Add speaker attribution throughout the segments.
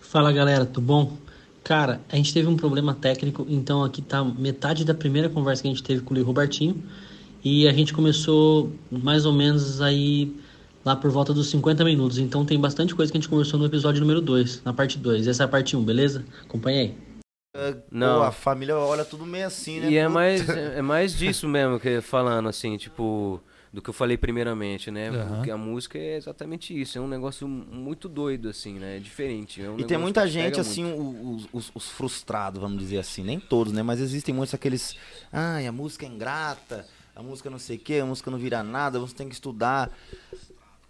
Speaker 1: Fala galera, tudo bom? Cara, a gente teve um problema técnico, então aqui tá metade da primeira conversa que a gente teve com o Luiz Robertinho. E a gente começou mais ou menos aí lá por volta dos 50 minutos. Então tem bastante coisa que a gente conversou no episódio número 2, na parte 2. Essa é a parte 1, um, beleza? Acompanha aí.
Speaker 2: Não. Pô, a família olha tudo meio assim, né?
Speaker 3: E é mais, é mais disso mesmo que falando, assim, tipo, do que eu falei primeiramente, né?
Speaker 4: Aham.
Speaker 3: Porque a música é exatamente isso, é um negócio muito doido, assim, né? É diferente. é um
Speaker 2: E tem
Speaker 3: negócio
Speaker 2: muita
Speaker 3: que
Speaker 2: gente,
Speaker 3: pega
Speaker 2: assim, os, os- os frustrados, vamos dizer assim. Nem todos, né? Mas existem muitos aqueles. Ai, a música é ingrata, a música não sei o quê, a música não vira nada, você tem que estudar.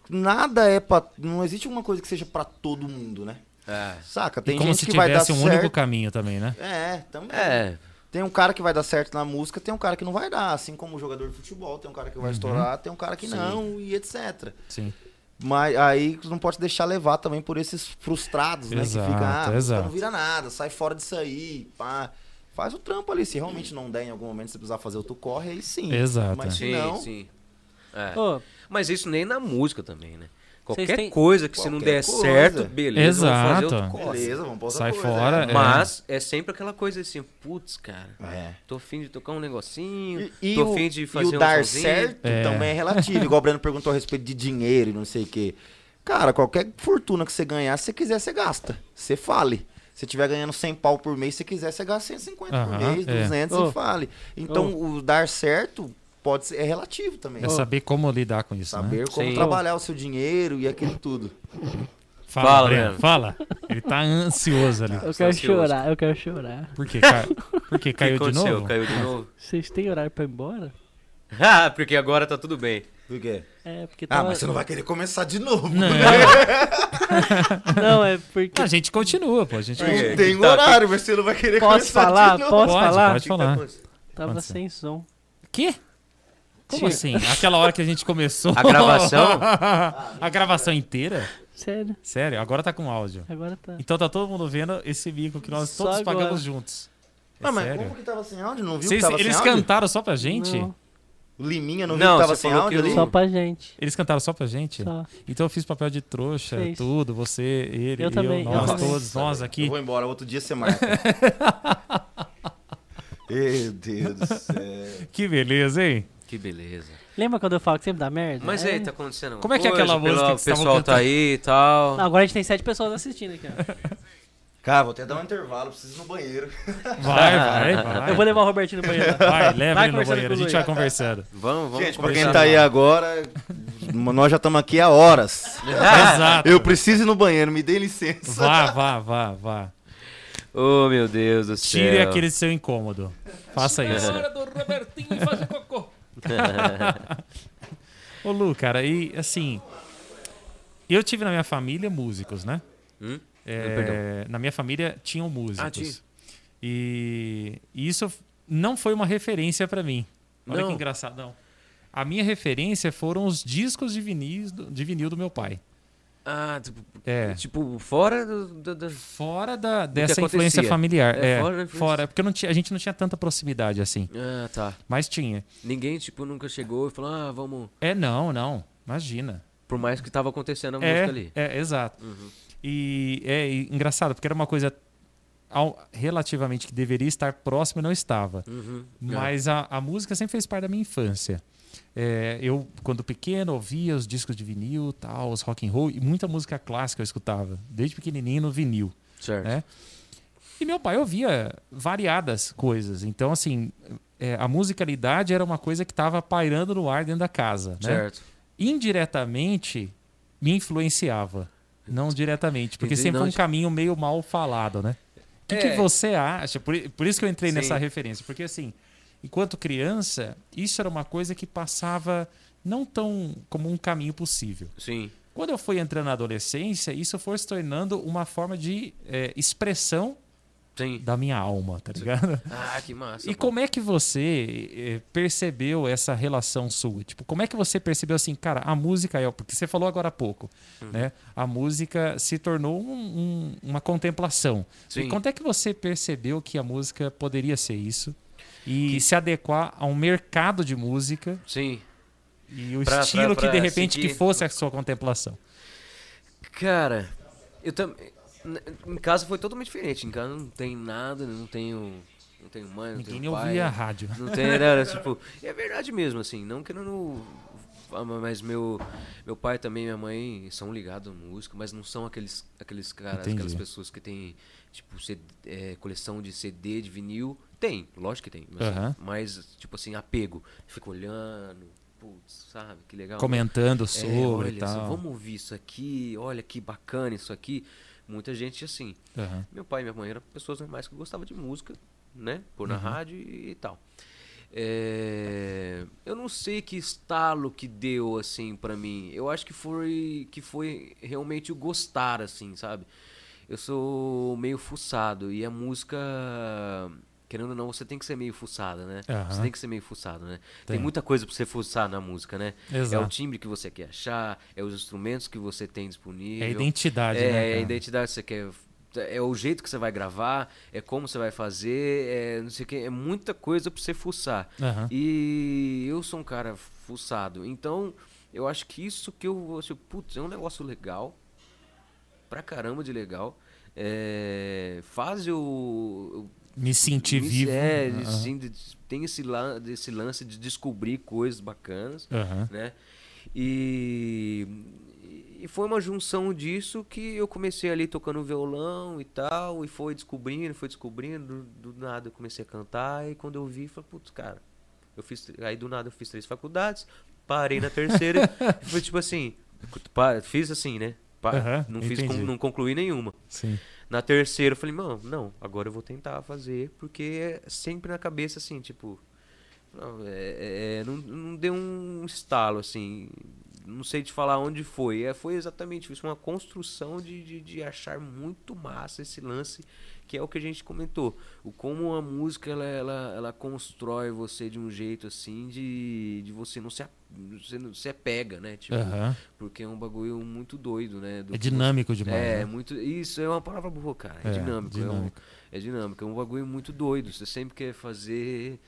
Speaker 2: Nada é pra. Não existe uma coisa que seja pra todo mundo, né?
Speaker 3: muito. É.
Speaker 2: Saca?
Speaker 4: E
Speaker 2: Tem
Speaker 4: como
Speaker 2: gente
Speaker 4: se
Speaker 2: que vai dar
Speaker 4: tivesse um
Speaker 2: certo.
Speaker 4: único caminho também, né?
Speaker 2: É, também.
Speaker 3: É,
Speaker 2: Tem um cara que vai dar certo na música, tem um cara que não vai dar. Assim como o jogador de futebol, tem um cara que vai estourar, tem um cara que não, e etc.
Speaker 4: Sim.
Speaker 2: Mas aí tu não pode deixar levar também por esses frustrados, né?
Speaker 4: Exato,
Speaker 2: que fica, ah, música
Speaker 4: exato.
Speaker 2: não vira nada, sai fora disso aí, pá. Faz o trampo ali. Se realmente não der em algum momento, você precisar fazer, tu corre, aí sim.
Speaker 4: Exato.
Speaker 2: Mas se
Speaker 3: sim,
Speaker 2: não,
Speaker 3: sim. É.
Speaker 5: Ô,
Speaker 3: Mas isso nem na música também, né? Qualquer
Speaker 5: têm-
Speaker 3: coisa que se não
Speaker 2: Qualquer
Speaker 3: der
Speaker 2: coisa.
Speaker 3: certo, beleza, vamos fazer outra
Speaker 4: Exato.
Speaker 3: coisa.
Speaker 2: beleza, vamos pra outra
Speaker 4: Sai
Speaker 2: coisa,
Speaker 4: fora.
Speaker 2: né?
Speaker 4: É.
Speaker 3: Mas é sempre aquela coisa assim, putz, cara,
Speaker 2: É.
Speaker 3: tô afim de tocar um negocinho,
Speaker 2: E, e
Speaker 3: tô
Speaker 2: o,
Speaker 3: afim de
Speaker 2: e
Speaker 3: fazer
Speaker 2: o
Speaker 3: um
Speaker 2: dar
Speaker 3: somzinho.
Speaker 2: certo
Speaker 4: É.
Speaker 2: também é relativo. Igual o Breno perguntou a respeito de dinheiro e não sei o quê. Cara, qualquer fortuna que você ganhar, se você quiser, você gasta. Você fale. Se tiver ganhando 100 pau por mês, se quiser, você gasta 150 por
Speaker 4: Aham,
Speaker 2: mês,
Speaker 4: é.
Speaker 2: 200
Speaker 5: Ô.
Speaker 2: e fale. Então, o dar certo pode ser, é relativo também.
Speaker 4: É saber como lidar com isso, né?
Speaker 2: Saber como
Speaker 3: Sim.
Speaker 2: trabalhar o seu dinheiro e aquilo tudo.
Speaker 4: Fala,
Speaker 3: Fala,
Speaker 4: Breno.
Speaker 3: Breno.
Speaker 4: Fala. Ele tá ansioso ali.
Speaker 5: eu
Speaker 3: Tá
Speaker 5: quero
Speaker 3: ansioso.
Speaker 5: chorar, eu quero chorar.
Speaker 4: Por quê? Ca... Por quê?
Speaker 3: O que
Speaker 4: Caiu de
Speaker 3: aconteceu?
Speaker 4: novo?
Speaker 3: Caiu de novo?
Speaker 5: Vocês têm horário pra ir embora?
Speaker 3: ah, porque agora tá tudo bem.
Speaker 2: Por quê?
Speaker 5: É, porque
Speaker 2: Ah,
Speaker 5: tava...
Speaker 2: mas você não vai querer começar de novo. né?
Speaker 4: Não,
Speaker 5: Não, é porque...
Speaker 4: a gente continua, pô. A gente continua.
Speaker 2: Não
Speaker 3: tá
Speaker 2: tem horário, mas você não vai querer
Speaker 5: Posso
Speaker 2: começar
Speaker 5: falar?
Speaker 2: de novo.
Speaker 5: Posso
Speaker 4: pode,
Speaker 5: falar?
Speaker 4: pode falar.
Speaker 5: Tava
Speaker 4: Pode ser.
Speaker 5: sem som.
Speaker 4: Quê? Como
Speaker 5: Tinha-
Speaker 4: assim? Aquela hora que a gente começou.
Speaker 3: A gravação?
Speaker 4: a gravação inteira?
Speaker 5: Sério,
Speaker 4: Sério, agora tá com áudio.
Speaker 5: agora tá.
Speaker 4: Então tá todo mundo vendo esse mico que nós
Speaker 5: Só
Speaker 4: todos
Speaker 5: agora.
Speaker 4: pagamos juntos. É
Speaker 2: Ah, mas como
Speaker 4: sério?
Speaker 2: que tava sem áudio? Não viu
Speaker 4: Vocês-
Speaker 2: que tava
Speaker 4: eles
Speaker 2: sem áudio?
Speaker 4: cantaram só pra gente?
Speaker 5: Não,
Speaker 2: Liminha não, viu
Speaker 3: Não,
Speaker 2: que tava
Speaker 3: você
Speaker 2: sem
Speaker 3: falou que
Speaker 2: áudio ali?
Speaker 3: eu-
Speaker 5: só pra gente.
Speaker 4: Eles cantaram só pra gente?
Speaker 5: Só.
Speaker 4: Então eu fiz papel de trouxa,
Speaker 5: Fez.
Speaker 4: tudo, você, ele,
Speaker 5: Eu
Speaker 4: eu,
Speaker 5: também, eu
Speaker 4: nós
Speaker 5: também.
Speaker 4: todos, nós
Speaker 2: Eu
Speaker 4: aqui.
Speaker 2: vou embora, outro dia você marca. Meu Deus do céu.
Speaker 4: Que beleza, hein?
Speaker 3: Que beleza.
Speaker 5: Lembra quando eu falo que sempre dá merda?
Speaker 3: Mas
Speaker 5: é.
Speaker 3: aí, tá acontecendo
Speaker 4: Como é que é aquela música que
Speaker 3: O
Speaker 4: vocês
Speaker 3: pessoal
Speaker 4: estavam
Speaker 3: tá aí e tal.
Speaker 5: Não, agora a gente tem sete pessoas assistindo aqui, ó.
Speaker 2: Cara, vou até dar um intervalo, preciso ir no banheiro.
Speaker 4: Vai, vai, vai.
Speaker 5: Eu vou levar o Robertinho no banheiro. lá.
Speaker 4: Vai, leva
Speaker 5: Vai
Speaker 4: ele no
Speaker 5: conversando
Speaker 4: banheiro, a
Speaker 5: com o
Speaker 4: gente
Speaker 5: Luiz.
Speaker 4: vai conversando.
Speaker 3: Vamos, vamos
Speaker 2: Gente, pra
Speaker 3: conversar
Speaker 2: quem tá aí
Speaker 3: lá.
Speaker 2: agora, nós já estamos aqui há horas.
Speaker 4: Exato.
Speaker 2: Eu preciso ir no banheiro, me dê licença.
Speaker 4: Vá, vá, vá, vá.
Speaker 3: Oh, meu Deus do céu.
Speaker 4: Tire aquele seu incômodo. Faça isso.
Speaker 5: do Robertinho fazer cocô.
Speaker 4: Ô, Lu, cara, e assim. Eu tive na minha família músicos, né?
Speaker 3: Hum?
Speaker 4: É,
Speaker 3: Ah, perdão.
Speaker 4: na minha família tinham músicos.
Speaker 3: Ah, tinha.
Speaker 4: E, e isso não foi uma referência pra mim. Olha
Speaker 3: Não.
Speaker 4: que engraçado. Não. A minha referência foram os discos de vinil, de vinil do meu pai.
Speaker 3: Ah, tipo,
Speaker 4: É.
Speaker 3: tipo, fora do... do- do-
Speaker 4: Fora da, dessa influência
Speaker 3: acontecia.
Speaker 4: familiar.
Speaker 3: É,
Speaker 4: É,
Speaker 3: fora da
Speaker 4: fora,
Speaker 3: influência.
Speaker 4: porque eu não tinha- a gente não tinha tanta proximidade assim.
Speaker 3: Ah, tá.
Speaker 4: Mas tinha.
Speaker 3: Ninguém, tipo, nunca chegou e falou, ah, vamos...
Speaker 4: É, não, não. Imagina.
Speaker 3: Por mais que tava acontecendo a
Speaker 4: é,
Speaker 3: música ali. Uhum.
Speaker 4: É, exato. E é e engraçado, porque era uma coisa ao- relativamente que deveria estar próxima e não estava.
Speaker 3: Uhum.
Speaker 4: Mas a, a música sempre fez parte da minha infância. É, eu, quando pequeno, ouvia os discos de vinil, tal, os rock and roll, e muita música clássica eu escutava, desde pequenininho no vinil.
Speaker 3: Certo.
Speaker 4: né? E meu pai ouvia variadas coisas. Então, assim, é, a musicalidade era uma coisa que estava pairando no ar dentro da casa. Né?
Speaker 3: Certo.
Speaker 4: indiretamente me influenciava. Não diretamente, porque
Speaker 3: Entendi,
Speaker 4: sempre
Speaker 3: não,
Speaker 4: foi um
Speaker 3: de-
Speaker 4: caminho meio mal falado, né? O que, que
Speaker 3: É.
Speaker 4: você acha? Por, i- por isso que eu entrei
Speaker 3: Sim.
Speaker 4: nessa referência, porque assim, enquanto criança, isso era uma coisa que passava não tão como um caminho possível.
Speaker 3: Sim.
Speaker 4: Quando eu fui entrando na adolescência, isso foi se tornando uma forma de eh, expressão
Speaker 3: Sim.
Speaker 4: da minha alma, tá ligado?
Speaker 3: Ah, que massa.
Speaker 4: E
Speaker 3: pô.
Speaker 4: como é que você eh, percebeu essa relação sua? Tipo, como é que você percebeu assim, cara, a música é. o- Porque você falou agora há pouco,
Speaker 3: Uhum.
Speaker 4: né? A música se tornou um- um- uma contemplação.
Speaker 3: Sim.
Speaker 4: E quando é que você percebeu que a música poderia ser isso? E se adequar a um mercado de música
Speaker 3: Sim.
Speaker 4: e o
Speaker 3: Pra- pra-
Speaker 4: estilo
Speaker 3: pra
Speaker 4: que de repente
Speaker 3: seguir.
Speaker 4: que fosse a sua contemplação.
Speaker 3: Cara, eu também... N- Em casa foi totalmente diferente. Em casa não tem nada, não tenho. Não tenho mãe, não
Speaker 4: Ninguém
Speaker 3: tenho pai. é.
Speaker 4: ouvia a rádio.
Speaker 3: Não tem, era tipo. É verdade mesmo, assim, não querendo. ah, Mas meu, meu pai também, minha mãe são ligados à música, mas não são aqueles, aqueles caras,
Speaker 4: Entendi.
Speaker 3: aquelas pessoas que têm, tipo, CD, é, coleção de CD, de vinil. Tem, lógico que tem. Mas,
Speaker 4: Aham.
Speaker 3: mas, tipo assim, apego. Fico olhando, putz, sabe, que legal.
Speaker 4: Comentando
Speaker 3: É,
Speaker 4: sobre e
Speaker 3: olha,
Speaker 4: tal.
Speaker 3: Vamos ouvir isso aqui, olha que bacana isso aqui. Muita gente assim.
Speaker 4: Aham.
Speaker 3: Meu pai e minha mãe eram pessoas normais que gostavam de música, né? Por
Speaker 4: Uhum.
Speaker 3: na rádio e, e tal. É, eu não sei que estalo que deu assim pra mim. Eu acho que foi que foi realmente o gostar assim, sabe? Eu sou meio fuçado e a música, querendo ou não, você tem que ser meio fuçada, né?
Speaker 4: Aham.
Speaker 3: Você tem que ser meio fuçado, né? Tem,
Speaker 4: Tem.
Speaker 3: muita coisa pra você fuçar na música, né? É
Speaker 4: Exato.
Speaker 3: o timbre que você quer achar, é os instrumentos que você tem disponível.
Speaker 4: É a identidade,
Speaker 3: É,
Speaker 4: né?
Speaker 3: é
Speaker 4: cara?
Speaker 3: a identidade que você quer. É o jeito que você vai gravar, é como você vai fazer, é não sei o que, é muita coisa pra você fuçar.
Speaker 4: Aham.
Speaker 3: E eu sou um cara fuçado, então eu acho que isso que eu. Assim, putz, é um negócio legal, pra caramba de legal. É, faz eu,
Speaker 4: Me sentir
Speaker 3: me-
Speaker 4: vivo.
Speaker 3: É,
Speaker 4: Aham.
Speaker 3: assim, de- tem esse, la- esse lance de descobrir coisas bacanas
Speaker 4: Aham.
Speaker 3: né? E, e foi uma junção disso que eu comecei ali tocando violão e tal, e foi descobrindo, foi descobrindo, do, do nada eu comecei a cantar, e quando eu vi, falei, putz, cara, eu fiz, aí do nada eu fiz três faculdades, parei na terceira, e foi tipo assim, pa- fiz assim, né? Pa-
Speaker 4: Aham,
Speaker 3: não, fiz,
Speaker 4: entendi.
Speaker 3: con- não concluí nenhuma.
Speaker 4: Sim.
Speaker 3: Na terceira eu falei, mano, não, agora eu vou tentar fazer, porque é sempre na cabeça assim, tipo. Não, é- é- é, não, não deu um estalo, assim. Não sei te falar onde foi. É, foi exatamente isso, uma construção de, de, de achar muito massa esse lance, que é o que a gente comentou. O como a música ela, ela, ela constrói você de um jeito assim de, de você não se, a- você não se apega, né? Tipo,
Speaker 4: Aham.
Speaker 3: Porque é um bagulho muito doido, né? Do-
Speaker 4: É dinâmico demais.
Speaker 3: é,
Speaker 4: né?
Speaker 3: muito. Isso é uma palavra boa, cara. É,
Speaker 4: É,
Speaker 3: dinâmico.
Speaker 4: dinâmico.
Speaker 3: É, um, é dinâmico. É um bagulho muito doido. Você sempre quer fazer,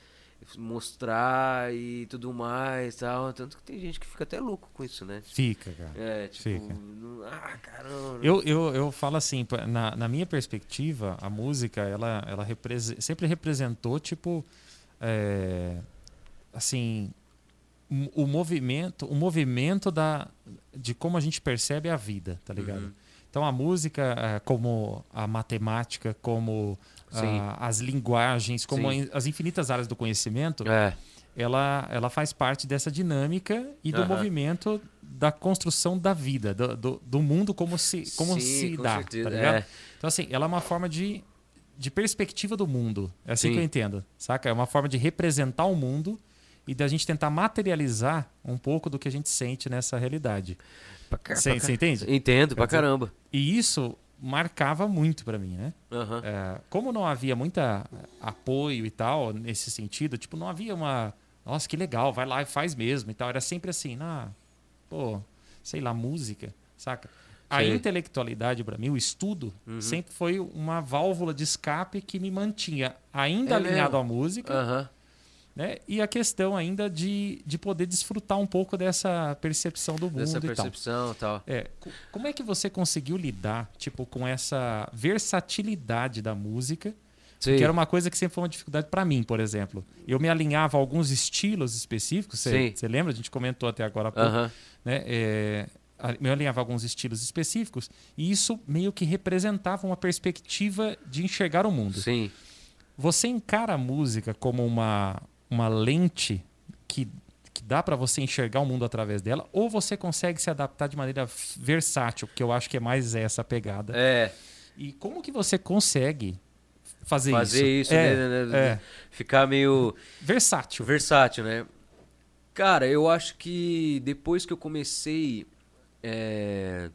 Speaker 3: mostrar e tudo mais tal. Tanto que tem gente que fica até louco com isso, né?
Speaker 4: Fica, cara.
Speaker 3: É, tipo.
Speaker 4: Fica.
Speaker 3: não- ah, caramba.
Speaker 4: Eu, eu, eu falo assim, pra- na, na minha perspectiva, a música, ela, ela represe- sempre representou, tipo, é, assim, m- o movimento, o movimento da, de como a gente percebe a vida, tá ligado? Então, a música, ah, como a matemática, como ah,
Speaker 3: Sim.
Speaker 4: as linguagens, como
Speaker 3: Sim.
Speaker 4: in- as infinitas áreas do conhecimento,
Speaker 3: É,
Speaker 4: ela, ela faz parte dessa dinâmica e do
Speaker 3: Aham.
Speaker 4: movimento da construção da vida, do, do, do mundo como se, como
Speaker 3: Sim,
Speaker 4: se
Speaker 3: com
Speaker 4: dá,
Speaker 3: certeza,
Speaker 4: tá ligado?
Speaker 3: é.
Speaker 4: Então, assim, ela é uma forma de, de perspectiva do mundo. É assim
Speaker 3: Sim.
Speaker 4: que eu entendo, saca? É uma forma de representar o mundo e da gente tentar materializar um pouco do que a gente sente nessa realidade.
Speaker 3: pra car-
Speaker 4: Você
Speaker 3: pra car-
Speaker 4: entende?
Speaker 3: É, Entendo, pra
Speaker 4: Quer dizer-
Speaker 3: caramba.
Speaker 4: E isso marcava muito pra mim, né?
Speaker 3: Aham.
Speaker 4: É, como não havia muita eh, apoio e tal nesse sentido, tipo, não havia uma, nossa, que legal, vai lá e faz mesmo e tal. Era sempre assim, ah, pô, sei lá, música, saca? A
Speaker 3: Sei. Uhum.
Speaker 4: intelectualidade pra mim, o estudo, sempre foi uma válvula de escape que me mantinha ainda
Speaker 3: É mesmo?
Speaker 4: alinhado
Speaker 3: Ah.
Speaker 4: à música,
Speaker 3: Aham.
Speaker 4: né? E a questão ainda de, de poder desfrutar um pouco dessa percepção do mundo
Speaker 3: Dessa
Speaker 4: e tal.
Speaker 3: percepção e tal.
Speaker 4: É, co- como é que você conseguiu lidar, tipo, com essa versatilidade da música?
Speaker 3: Sim.
Speaker 4: Que era uma coisa que sempre foi uma dificuldade pra mim, por exemplo. Eu me alinhava a alguns estilos específicos,
Speaker 3: Sim.
Speaker 4: você lembra? A gente comentou até agora há pouco,
Speaker 3: Aham.
Speaker 4: né? É, a- eu me alinhava a alguns estilos específicos e isso meio que representava uma perspectiva de enxergar o mundo.
Speaker 3: Sim.
Speaker 4: Você encara a música como uma, uma lente que, que dá pra você enxergar o mundo através dela, ou você consegue se adaptar de maneira f- versátil, que eu acho que é mais essa a pegada.
Speaker 3: É.
Speaker 4: E como que você consegue fazer,
Speaker 3: Fazer isso,
Speaker 4: É,
Speaker 3: né, né,
Speaker 4: é.
Speaker 3: Ficar meio.
Speaker 4: versátil.
Speaker 3: Versátil, né? Cara, eu acho que depois que eu comecei é,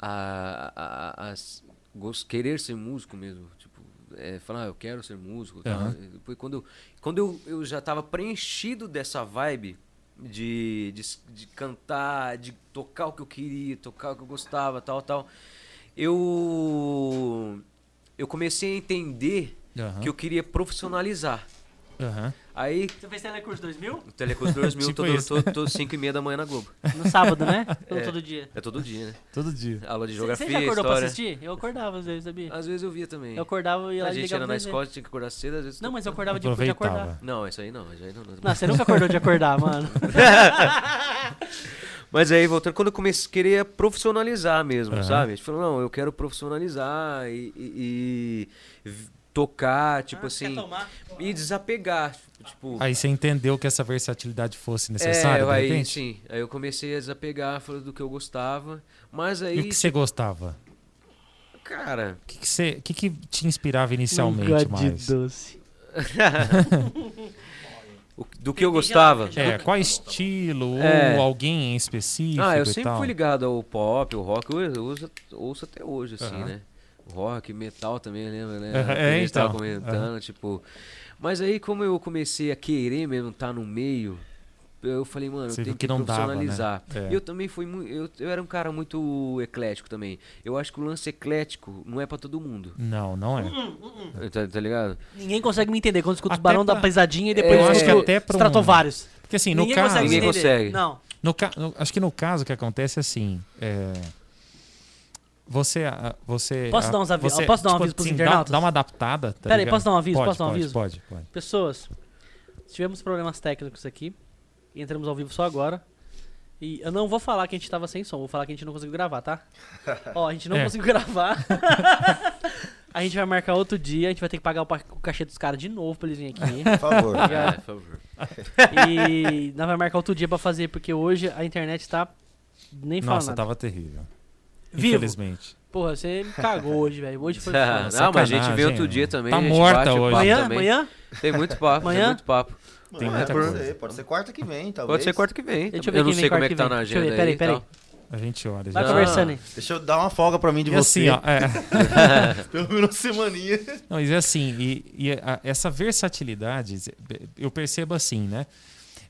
Speaker 3: a, a- a- a s- gos- querer ser músico mesmo, tipo, é, falar, "Ah, eu quero ser músico. tá?
Speaker 4: Aham.
Speaker 3: E Depois, quando eu, quando eu, eu já estava preenchido dessa vibe de, de, s- de cantar, de tocar o que eu queria, tocar o que eu gostava, tal, tal, eu, eu comecei a entender
Speaker 4: Aham.
Speaker 3: que eu queria profissionalizar.
Speaker 4: Aham.
Speaker 3: Aí,
Speaker 5: Você fez Telecurso 2000?
Speaker 3: o Telecurso 2000,
Speaker 4: Tipo
Speaker 3: todo,
Speaker 4: isso.
Speaker 3: todo, todo 5 e meia da manhã na Globo.
Speaker 5: No sábado, né? Ou
Speaker 3: É.
Speaker 5: todo dia.
Speaker 3: É todo dia, né?
Speaker 4: Todo dia.
Speaker 3: Aula de
Speaker 5: Você
Speaker 3: geografia,
Speaker 5: você já acordou pra
Speaker 3: história.
Speaker 5: assistir? Eu acordava às vezes, sabia?
Speaker 3: Às vezes eu via também.
Speaker 5: Eu acordava e ia lá
Speaker 3: a
Speaker 5: e
Speaker 3: gente era
Speaker 5: ligava o
Speaker 3: na
Speaker 5: desenho.
Speaker 3: escola, tinha que acordar cedo, às vezes...
Speaker 5: Não, mas eu acordava de, de acordar.
Speaker 4: Aproveitava.
Speaker 3: Não, isso aí não, isso aí não.
Speaker 5: Não, você nunca acordou de acordar, mano.
Speaker 3: Mas aí, voltando, quando eu comecei, queria profissionalizar mesmo,
Speaker 4: Aham.
Speaker 3: sabe? A gente falou, não, eu quero profissionalizar e, e- e v- tocar,
Speaker 5: Ah,
Speaker 3: tipo assim, e desapegar, tipo, tipo...
Speaker 4: Aí você entendeu que essa versatilidade
Speaker 3: é,
Speaker 4: fosse necessária, de
Speaker 3: aí,
Speaker 4: repente?
Speaker 3: sim, aí eu comecei a desapegar, falando do que eu gostava, mas aí,
Speaker 4: E o que você gostava?
Speaker 3: cara,
Speaker 4: O que, que, você, o que, que te inspirava inicialmente mais?
Speaker 5: doce.
Speaker 3: o- do que eu gostava...
Speaker 4: É, qual estilo?
Speaker 3: É.
Speaker 4: Ou alguém em específico?
Speaker 3: Ah, eu
Speaker 4: tipo, e
Speaker 3: sempre
Speaker 4: tal?
Speaker 3: fui ligado ao pop, ao rock, eu, eu ouço, ouço até hoje, assim,
Speaker 4: Aham.
Speaker 3: né? Rock, metal também, lembra, né?
Speaker 4: Aham,
Speaker 3: Que
Speaker 4: é,
Speaker 3: a gente tava
Speaker 4: então.
Speaker 3: comentando, tipo... Mas aí, como eu comecei a querer mesmo estar no meio, eu falei, mano,
Speaker 4: Você
Speaker 3: eu
Speaker 4: viu
Speaker 3: tenho que,
Speaker 4: que não dava, né?
Speaker 3: profissionalizar.
Speaker 4: É.
Speaker 3: E eu também fui muito... Eu, eu era um cara muito eclético também. Eu acho que o lance eclético não é pra todo mundo,
Speaker 4: Não, não é.
Speaker 3: tá, tá ligado?
Speaker 5: Ninguém consegue me entender quando escuto
Speaker 4: Até
Speaker 5: os Barão
Speaker 4: pra-
Speaker 5: da Pisadinha e depois
Speaker 3: É, eu acho
Speaker 5: escuto
Speaker 3: que
Speaker 4: até pra um-
Speaker 5: Stratovarius.
Speaker 4: Porque assim, no
Speaker 5: Ninguém
Speaker 4: caso.
Speaker 5: consegue me
Speaker 3: Ninguém
Speaker 5: entender.
Speaker 3: consegue.
Speaker 5: Não.
Speaker 4: No ca- no- acho que no caso o que acontece é assim. é, Você, a- você.
Speaker 5: Posso
Speaker 4: a-
Speaker 5: dar uns avi-
Speaker 4: você,
Speaker 5: posso dar um
Speaker 4: tipo,
Speaker 5: aviso pros
Speaker 4: assim, dá-
Speaker 5: internautas?
Speaker 4: Dá uma adaptada. Tá
Speaker 5: Pera aí,
Speaker 4: ligado?
Speaker 5: posso dar um aviso?
Speaker 4: Pode,
Speaker 5: Posso dar um
Speaker 4: pode,
Speaker 5: aviso?
Speaker 4: Pode, pode.
Speaker 5: Pessoas, tivemos problemas técnicos aqui. E entramos ao vivo só agora. E eu não vou falar que a gente tava sem som, vou falar que a gente não conseguiu gravar, tá? Ó, a gente não
Speaker 4: É.
Speaker 5: conseguiu gravar. a gente vai marcar outro dia, a gente vai ter que pagar o, pa- o cachê dos caras de novo pra eles virem aqui.
Speaker 2: Por favor.
Speaker 3: É, por favor.
Speaker 5: e nós vai marcar outro dia pra fazer, porque hoje a internet tá. Nem fala
Speaker 4: Nossa, tá
Speaker 5: nada.
Speaker 4: tava terrível.
Speaker 5: Vivo.
Speaker 4: Infelizmente.
Speaker 5: Porra, você me cagou hoje, velho. Hoje foi.
Speaker 3: Ah,
Speaker 5: foda.
Speaker 3: não, mas a gente
Speaker 4: sacanagem,
Speaker 3: vem outro
Speaker 4: né?
Speaker 3: dia também.
Speaker 4: Tá
Speaker 3: a gente
Speaker 4: morta
Speaker 3: bate o
Speaker 4: hoje.
Speaker 3: papo
Speaker 5: Amanhã?
Speaker 3: também.
Speaker 5: Amanhã?
Speaker 3: Tem muito papo, tem
Speaker 5: Amanhã?
Speaker 3: muito papo.
Speaker 4: Tem
Speaker 2: Mano,
Speaker 4: muita
Speaker 2: pode
Speaker 4: coisa.
Speaker 2: ser, pode ser quarta que vem, talvez.
Speaker 3: Pode ser quarta que vem.
Speaker 5: Deixa eu ver
Speaker 3: eu não
Speaker 5: quem vem
Speaker 3: sei como é
Speaker 5: quarta
Speaker 3: que
Speaker 5: que
Speaker 3: tá na
Speaker 5: vem. Deixa eu
Speaker 3: agenda.
Speaker 5: ver,
Speaker 3: aí
Speaker 5: peraí,
Speaker 3: e
Speaker 5: peraí.
Speaker 3: tal.
Speaker 4: A gente olha.
Speaker 5: Vai
Speaker 4: já.
Speaker 3: Não.
Speaker 5: conversando aí.
Speaker 2: Deixa eu dar uma folga pra mim de
Speaker 4: E
Speaker 2: você.
Speaker 4: assim, ó. é.
Speaker 2: Pelo menos uma semaninha.
Speaker 4: Não, mas é assim, e, e a- essa versatilidade, eu percebo assim, né?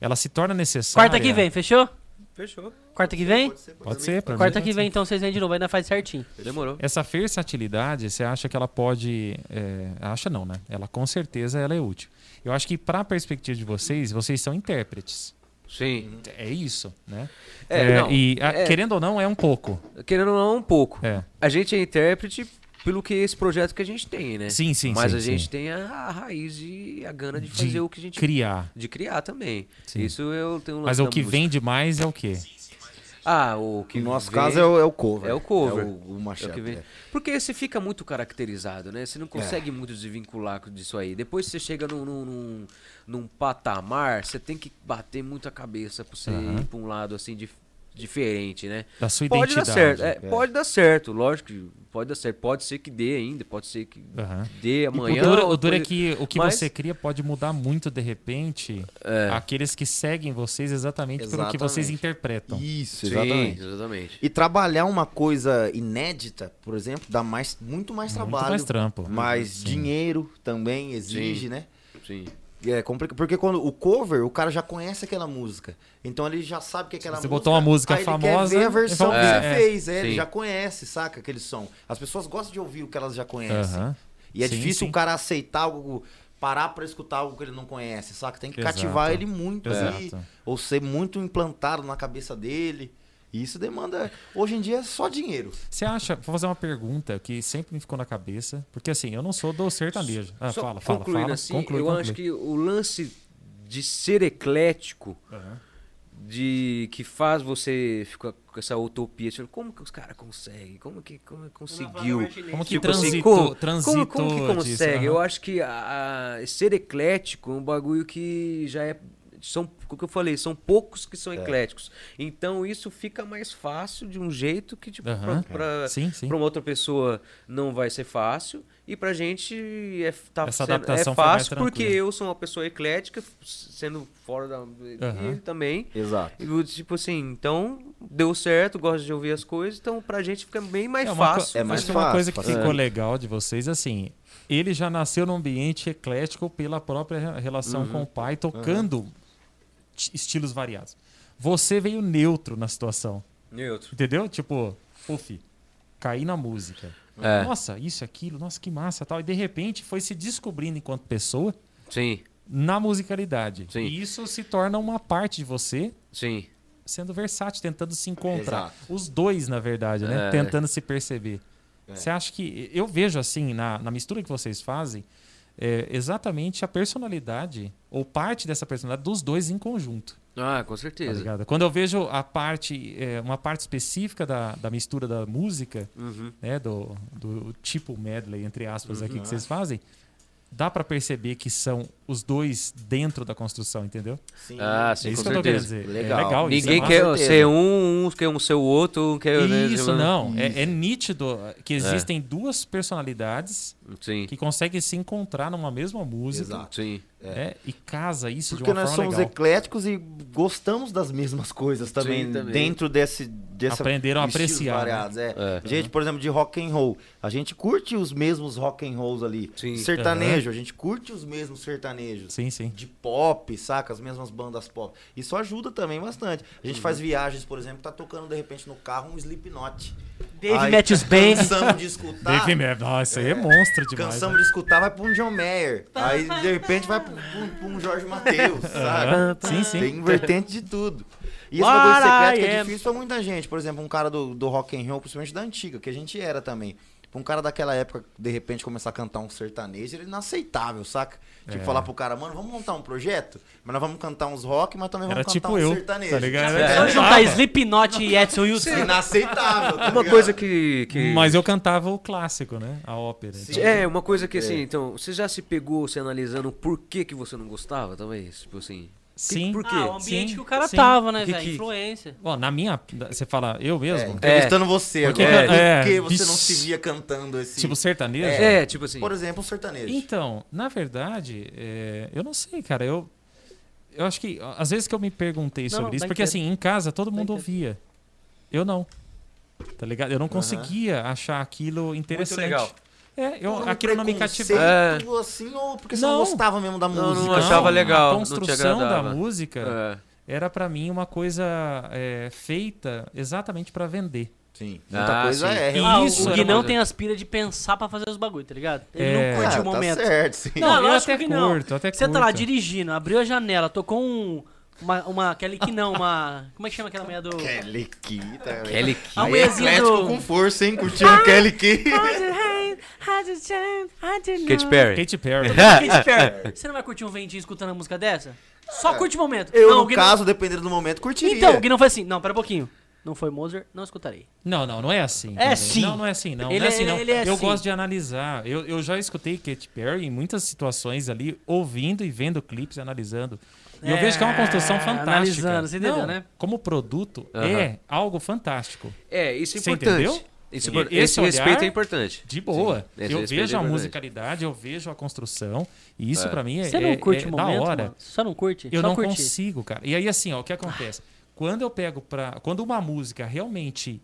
Speaker 4: Ela se torna necessária.
Speaker 5: Quarta que vem, fechou?
Speaker 3: Fechou.
Speaker 5: Quarta que vem?
Speaker 2: ser.
Speaker 4: Pode ser, pra mim é assim.
Speaker 5: Quarta
Speaker 4: pode
Speaker 5: que
Speaker 4: ser.
Speaker 5: vem, então vocês vêm de novo, ainda faz certinho.
Speaker 3: Demorou.
Speaker 4: Essa versatilidade, você acha que ela pode. é, acha não, né? Ela com certeza ela é útil. Eu acho que, para a perspectiva de vocês, vocês são intérpretes.
Speaker 3: Sim.
Speaker 4: É isso, né?
Speaker 3: É, não,
Speaker 4: e, a-
Speaker 3: é.
Speaker 4: querendo ou não, é um pouco.
Speaker 5: Hum.
Speaker 3: Querendo ou não, um pouco.
Speaker 4: É.
Speaker 3: A gente é intérprete pelo que esse projeto que a gente tem, né?
Speaker 4: Sim, sim,
Speaker 3: Mas
Speaker 4: sim,
Speaker 3: a
Speaker 4: sim.
Speaker 3: gente tem a, a raiz e a gana de
Speaker 4: De
Speaker 3: fazer é o que a gente...
Speaker 4: Criar.
Speaker 3: De criar também.
Speaker 4: Sim.
Speaker 3: Isso eu tenho um
Speaker 4: Mas
Speaker 3: lance
Speaker 4: o
Speaker 3: da
Speaker 4: que
Speaker 3: música.
Speaker 4: vem demais é o quê?
Speaker 3: Ah, o que
Speaker 2: No nosso
Speaker 3: vem-
Speaker 2: caso é o, é o cover.
Speaker 3: É o cover.
Speaker 2: É o, o
Speaker 3: É o
Speaker 2: machado.
Speaker 3: que vem.
Speaker 2: é.
Speaker 3: Porque você fica muito caracterizado, né? Você não consegue muito desvincular disso aí. Depois você chega num, num, num- num patamar, você tem que bater muito a cabeça pra você ir pra um lado assim dif- diferente, né?
Speaker 4: Da sua
Speaker 3: Pode dar
Speaker 4: identidade.
Speaker 3: certo, é,
Speaker 2: É.
Speaker 3: pode dar certo, lógico que pode dar certo. Pode ser que dê ainda, pode ser que
Speaker 2: É.
Speaker 4: Aham.
Speaker 3: dê
Speaker 4: O
Speaker 3: é. amanhã.
Speaker 4: duro, o
Speaker 3: ou
Speaker 4: duro é
Speaker 3: pode-
Speaker 4: que o que
Speaker 3: mas- É.
Speaker 4: você cria pode mudar muito de repente aqueles que seguem vocês exatamente, pelo que vocês
Speaker 2: Exatamente.
Speaker 4: interpretam.
Speaker 2: Isso,
Speaker 3: Então. Sim,
Speaker 2: exatamente.
Speaker 3: exatamente.
Speaker 2: E trabalhar uma coisa inédita, por exemplo, dá mais, muito mais trabalho.
Speaker 4: Muito mais trampo.
Speaker 2: mais
Speaker 4: Sim.
Speaker 2: dinheiro também exige, né?
Speaker 3: Sim.
Speaker 2: E É complicado. Porque quando o cover, o cara já conhece aquela música. Então ele já sabe que é aquela
Speaker 4: Você
Speaker 2: música.
Speaker 4: botou uma música
Speaker 2: aí Ele
Speaker 4: famosa,
Speaker 2: quer ver
Speaker 4: ele
Speaker 2: a versão
Speaker 4: fala,
Speaker 2: que
Speaker 4: "É,
Speaker 2: você
Speaker 4: é,
Speaker 2: fez. É, ele
Speaker 3: sim.
Speaker 2: já conhece, saca? Aquele som. As pessoas gostam de ouvir o que elas já conhecem.
Speaker 4: Aham.
Speaker 2: E é
Speaker 4: Sim,
Speaker 2: difícil
Speaker 4: sim.
Speaker 2: o cara aceitar algo, parar pra escutar algo que ele não conhece, saca? Tem que
Speaker 4: Exato.
Speaker 2: cativar ele muito ali,
Speaker 4: Exato.
Speaker 2: ou ser muito implantado na cabeça dele. E isso demanda. Hoje em dia é só dinheiro.
Speaker 4: Você acha, vou fazer uma pergunta que sempre me ficou na cabeça, porque assim, eu não sou do sertanejo. Ah,
Speaker 3: Só
Speaker 4: fala, fala,
Speaker 3: concluindo
Speaker 4: fala.
Speaker 3: assim,
Speaker 4: conclui,
Speaker 3: eu
Speaker 4: conclui.
Speaker 3: acho que o lance de ser eclético,
Speaker 4: Aham.
Speaker 3: de que faz você ficar com essa utopia, tipo, como que os caras conseguem? Como que como conseguiu?
Speaker 4: Como que
Speaker 3: Tipo assim,
Speaker 4: transitou,
Speaker 3: como, como,
Speaker 4: transitou
Speaker 3: como que
Speaker 4: disso?
Speaker 3: consegue?
Speaker 4: Aham.
Speaker 3: Eu acho que a- a- ser eclético é um bagulho que já é. São, como que eu falei, são poucos que
Speaker 2: É.
Speaker 3: são ecléticos. Então isso fica mais fácil de um jeito que, tipo,
Speaker 4: Aham. É.
Speaker 3: pra, pra-
Speaker 4: Sim, sim.
Speaker 3: pra uma outra pessoa não vai ser fácil. E pra gente é, tá
Speaker 4: Essa
Speaker 3: sendo-
Speaker 4: adaptação
Speaker 3: é
Speaker 4: foi mais
Speaker 3: fácil porque
Speaker 4: tranquila.
Speaker 3: eu sou uma pessoa eclética, f- sendo fora da.
Speaker 4: Aham.
Speaker 3: E ele também.
Speaker 2: Exato.
Speaker 3: E, o- Tipo assim, então deu certo, gosto de ouvir as coisas, então pra gente fica bem mais
Speaker 4: É uma co-
Speaker 3: fácil. né?
Speaker 2: É mais
Speaker 4: acho que uma
Speaker 2: fácil,
Speaker 4: coisa que
Speaker 2: fácil.
Speaker 4: ficou
Speaker 2: É.
Speaker 4: legal de vocês, assim, ele já nasceu num ambiente eclético pela própria re- relação
Speaker 3: Uhum.
Speaker 4: com o pai, tocando t- estilos variados. Você veio neutro na situação,
Speaker 3: Neutro.
Speaker 4: entendeu? Tipo, puf, caí na música.
Speaker 3: É.
Speaker 4: Nossa, isso, aquilo, nossa, que massa tal. E de repente foi se descobrindo enquanto pessoa,
Speaker 3: Sim.
Speaker 4: na musicalidade.
Speaker 3: Sim.
Speaker 4: E isso se torna uma parte de você
Speaker 3: Sim.
Speaker 4: sendo versátil, tentando se encontrar.
Speaker 2: Exato.
Speaker 4: Os dois, na verdade, né?
Speaker 3: É.
Speaker 4: Tentando se perceber. Você acha que. Eu vejo assim, na, na mistura que vocês fazem, é, exatamente a personalidade, ou parte dessa personalidade, dos dois em conjunto.
Speaker 3: Ah, com
Speaker 4: Tá
Speaker 3: certeza.
Speaker 4: ligado? Quando eu vejo a parte, é, uma parte específica da, da mistura da música,
Speaker 3: Uhum.
Speaker 4: né, do, do tipo medley, entre aspas, aqui que vocês fazem, dá pra perceber que são os dois dentro da construção, entendeu?
Speaker 2: Sim.
Speaker 3: Ah, sim,
Speaker 4: é isso
Speaker 3: com
Speaker 4: que eu tô querendo
Speaker 3: certeza.
Speaker 4: dizer.
Speaker 2: Legal.
Speaker 4: É legal isso.
Speaker 3: Ninguém
Speaker 4: é
Speaker 3: quer
Speaker 4: massa.
Speaker 2: certeza.
Speaker 3: ser um, um quer um ser o outro, um quer. né,
Speaker 4: Isso,
Speaker 3: sei lá.
Speaker 4: não. É, é nítido que existem duas personalidades
Speaker 3: Sim.
Speaker 4: que conseguem se encontrar numa mesma música
Speaker 2: Exato.
Speaker 3: Sim.
Speaker 4: né, e casa isso
Speaker 2: Porque
Speaker 4: de uma
Speaker 2: nós
Speaker 4: forma
Speaker 2: somos
Speaker 4: legal.
Speaker 2: ecléticos e gostamos das mesmas coisas também,
Speaker 3: Sim, também.
Speaker 2: dentro desse dessa
Speaker 4: Aprenderam a
Speaker 2: estilos
Speaker 4: apreciar, né?
Speaker 2: variados, é.
Speaker 3: É.
Speaker 2: Gente, por exemplo, de rock and roll, a gente curte os mesmos rock and rolls ali.
Speaker 3: Sim.
Speaker 2: Sertanejo, a gente curte os mesmos sertanejos.
Speaker 4: Sim, sim.
Speaker 2: De pop, saca? As mesmas bandas pop. Isso ajuda também bastante. A
Speaker 4: Uhum.
Speaker 2: gente faz viagens, por exemplo, tá tocando de repente no carro um Slipknot.
Speaker 5: Dave
Speaker 2: Aí,
Speaker 5: Matthews Band.
Speaker 2: Cansamos de escutar.
Speaker 4: Dave Mer- Nossa, aí é monstro demais.
Speaker 2: Cansamos
Speaker 4: né?
Speaker 2: de escutar, vai pra um John Mayer. Aí, de repente, vai pra, um- pra um Jorge Mateus,
Speaker 4: Aham.
Speaker 2: sabe?
Speaker 4: Sim, sim.
Speaker 2: Tem vertente de tudo. E esse
Speaker 5: What
Speaker 2: bagulho
Speaker 5: I
Speaker 2: secreto que é
Speaker 5: am.
Speaker 2: difícil pra muita gente. Por exemplo, um cara do, do rock and roll, principalmente da antiga, que a gente era também. Pra um cara daquela época, de repente, começar a cantar um sertanejo, era inaceitável, saca?
Speaker 4: É.
Speaker 2: Tipo, falar pro cara, mano, vamos montar um projeto? Mas nós vamos cantar uns rock, mas também
Speaker 4: Era
Speaker 2: vamos cantar
Speaker 4: tipo
Speaker 2: um
Speaker 4: eu,
Speaker 2: sertanejo.
Speaker 4: tá ligado?
Speaker 2: Tipo,
Speaker 5: Só
Speaker 4: É.
Speaker 5: juntar Slipknot e Edson Wilson.
Speaker 2: é Inaceitável, tá
Speaker 3: Uma
Speaker 2: ligado?
Speaker 3: coisa que. que...
Speaker 4: Mas eu cantava o clássico, né? A ópera. Então,
Speaker 3: É, uma coisa que assim, então, você já se pegou se analisando por que, que você não gostava, talvez? Tipo assim.
Speaker 4: Sim.
Speaker 3: Que, por quê?
Speaker 5: Ah, o ambiente
Speaker 4: Sim,
Speaker 5: que o cara
Speaker 4: sim.
Speaker 5: tava, né,
Speaker 3: Que
Speaker 5: velho?
Speaker 3: que-
Speaker 5: Influência.
Speaker 4: Bom, na minha. Você fala, eu
Speaker 2: É,
Speaker 3: então,
Speaker 4: mesmo?
Speaker 2: entrevistando você
Speaker 4: Porque-
Speaker 2: agora. Por
Speaker 4: é,
Speaker 2: que você não
Speaker 4: vixe.
Speaker 2: se via cantando esse...
Speaker 4: Tipo sertanejo?
Speaker 3: É, tipo assim.
Speaker 2: Por exemplo, um sertanejo.
Speaker 4: Então, na verdade, é, eu não sei, cara. Eu, eu acho que. ó, Às vezes que eu me perguntei sobre
Speaker 5: não,
Speaker 4: isso,
Speaker 5: dá
Speaker 4: porque
Speaker 5: inteiro. Tá
Speaker 4: assim, em casa todo mundo
Speaker 5: inteiro.
Speaker 4: ouvia. Eu não. Tá ligado? Eu não conseguia achar aquilo interessante.
Speaker 3: legal.
Speaker 4: É, eu,
Speaker 2: Por um
Speaker 4: aquilo não me cativava.
Speaker 2: preconceito, assim, ou porque você não
Speaker 4: Não.
Speaker 2: gostava mesmo da
Speaker 3: Não,
Speaker 2: música?
Speaker 3: não achava
Speaker 4: a
Speaker 3: legal, não te
Speaker 4: construção da
Speaker 3: agradava.
Speaker 4: música
Speaker 3: É.
Speaker 4: era pra mim uma coisa é, feita exatamente pra vender.
Speaker 2: Sim. Muita
Speaker 3: Ah,
Speaker 2: coisa
Speaker 3: sim.
Speaker 2: é.
Speaker 4: E-
Speaker 5: Ah, o-
Speaker 4: Isso
Speaker 5: o
Speaker 4: era
Speaker 5: Guinão
Speaker 3: maneiro.
Speaker 5: tem aspira de pensar pra fazer os bagulho, tá ligado? Ele
Speaker 4: É.
Speaker 5: não curte
Speaker 2: Ah,
Speaker 5: o momento.
Speaker 2: Tá certo, sim.
Speaker 5: Não,
Speaker 4: eu
Speaker 5: lógico
Speaker 4: até
Speaker 5: que não.
Speaker 4: curto, eu até
Speaker 5: Você tá lá
Speaker 4: curto.
Speaker 5: dirigindo, abriu a janela, tocou um. Uma, uma. Kelly que não, uma. Como é que chama aquela mulher do.
Speaker 2: Kelly Key também.
Speaker 3: Kelly
Speaker 2: Aí
Speaker 5: A
Speaker 2: é Ah,
Speaker 5: mulherzinha
Speaker 2: eclético
Speaker 5: do-
Speaker 2: com força, hein? Curtindo o Kelly Key.
Speaker 3: Katy Perry.
Speaker 4: Katy Perry.
Speaker 5: Katy Perry. Você não vai curtir um ventinho escutando a música dessa? Só curte o momento.
Speaker 2: É. Eu,
Speaker 5: não,
Speaker 2: no
Speaker 5: o Guinão-
Speaker 2: caso, dependendo do momento, curtiria.
Speaker 5: Então, o Guinão foi assim: não, pera um pouquinho. Não foi Mozart, não escutarei.
Speaker 4: Não, não, não é assim.
Speaker 5: É
Speaker 4: também.
Speaker 5: sim.
Speaker 4: Não, não é assim, não.
Speaker 5: Ele
Speaker 4: não é
Speaker 5: é-
Speaker 4: assim, não.
Speaker 5: ele é
Speaker 4: eu
Speaker 5: assim.
Speaker 4: gosto de analisar. Eu, eu já escutei Katy Perry em muitas situações ali, ouvindo e vendo clipes, analisando. E eu
Speaker 5: É,
Speaker 4: vejo que é uma construção fantástica.
Speaker 5: analisando, você entendeu,
Speaker 4: Não,
Speaker 5: né?
Speaker 4: Como produto,
Speaker 3: Aham.
Speaker 4: é algo fantástico.
Speaker 3: É, isso é
Speaker 4: Você
Speaker 3: importante.
Speaker 4: entendeu?
Speaker 3: Esse,
Speaker 4: E-
Speaker 3: impor-
Speaker 4: esse
Speaker 3: esse respeito
Speaker 4: olhar-
Speaker 3: é importante.
Speaker 4: De boa.
Speaker 3: Sim, esse
Speaker 4: eu
Speaker 3: respeito
Speaker 4: vejo
Speaker 3: é
Speaker 4: a
Speaker 3: verdade.
Speaker 4: musicalidade, eu vejo a construção. E isso
Speaker 3: É.
Speaker 4: pra mim é,
Speaker 5: Você não
Speaker 4: é-
Speaker 5: curte
Speaker 4: é
Speaker 5: o
Speaker 4: da
Speaker 5: momento?
Speaker 4: hora.
Speaker 5: mano? Só não curte?
Speaker 4: Eu
Speaker 5: Só
Speaker 4: não
Speaker 5: curtir.
Speaker 4: consigo, cara. E aí, assim, ó, o que acontece? Quando eu pego pra. Quando uma música realmente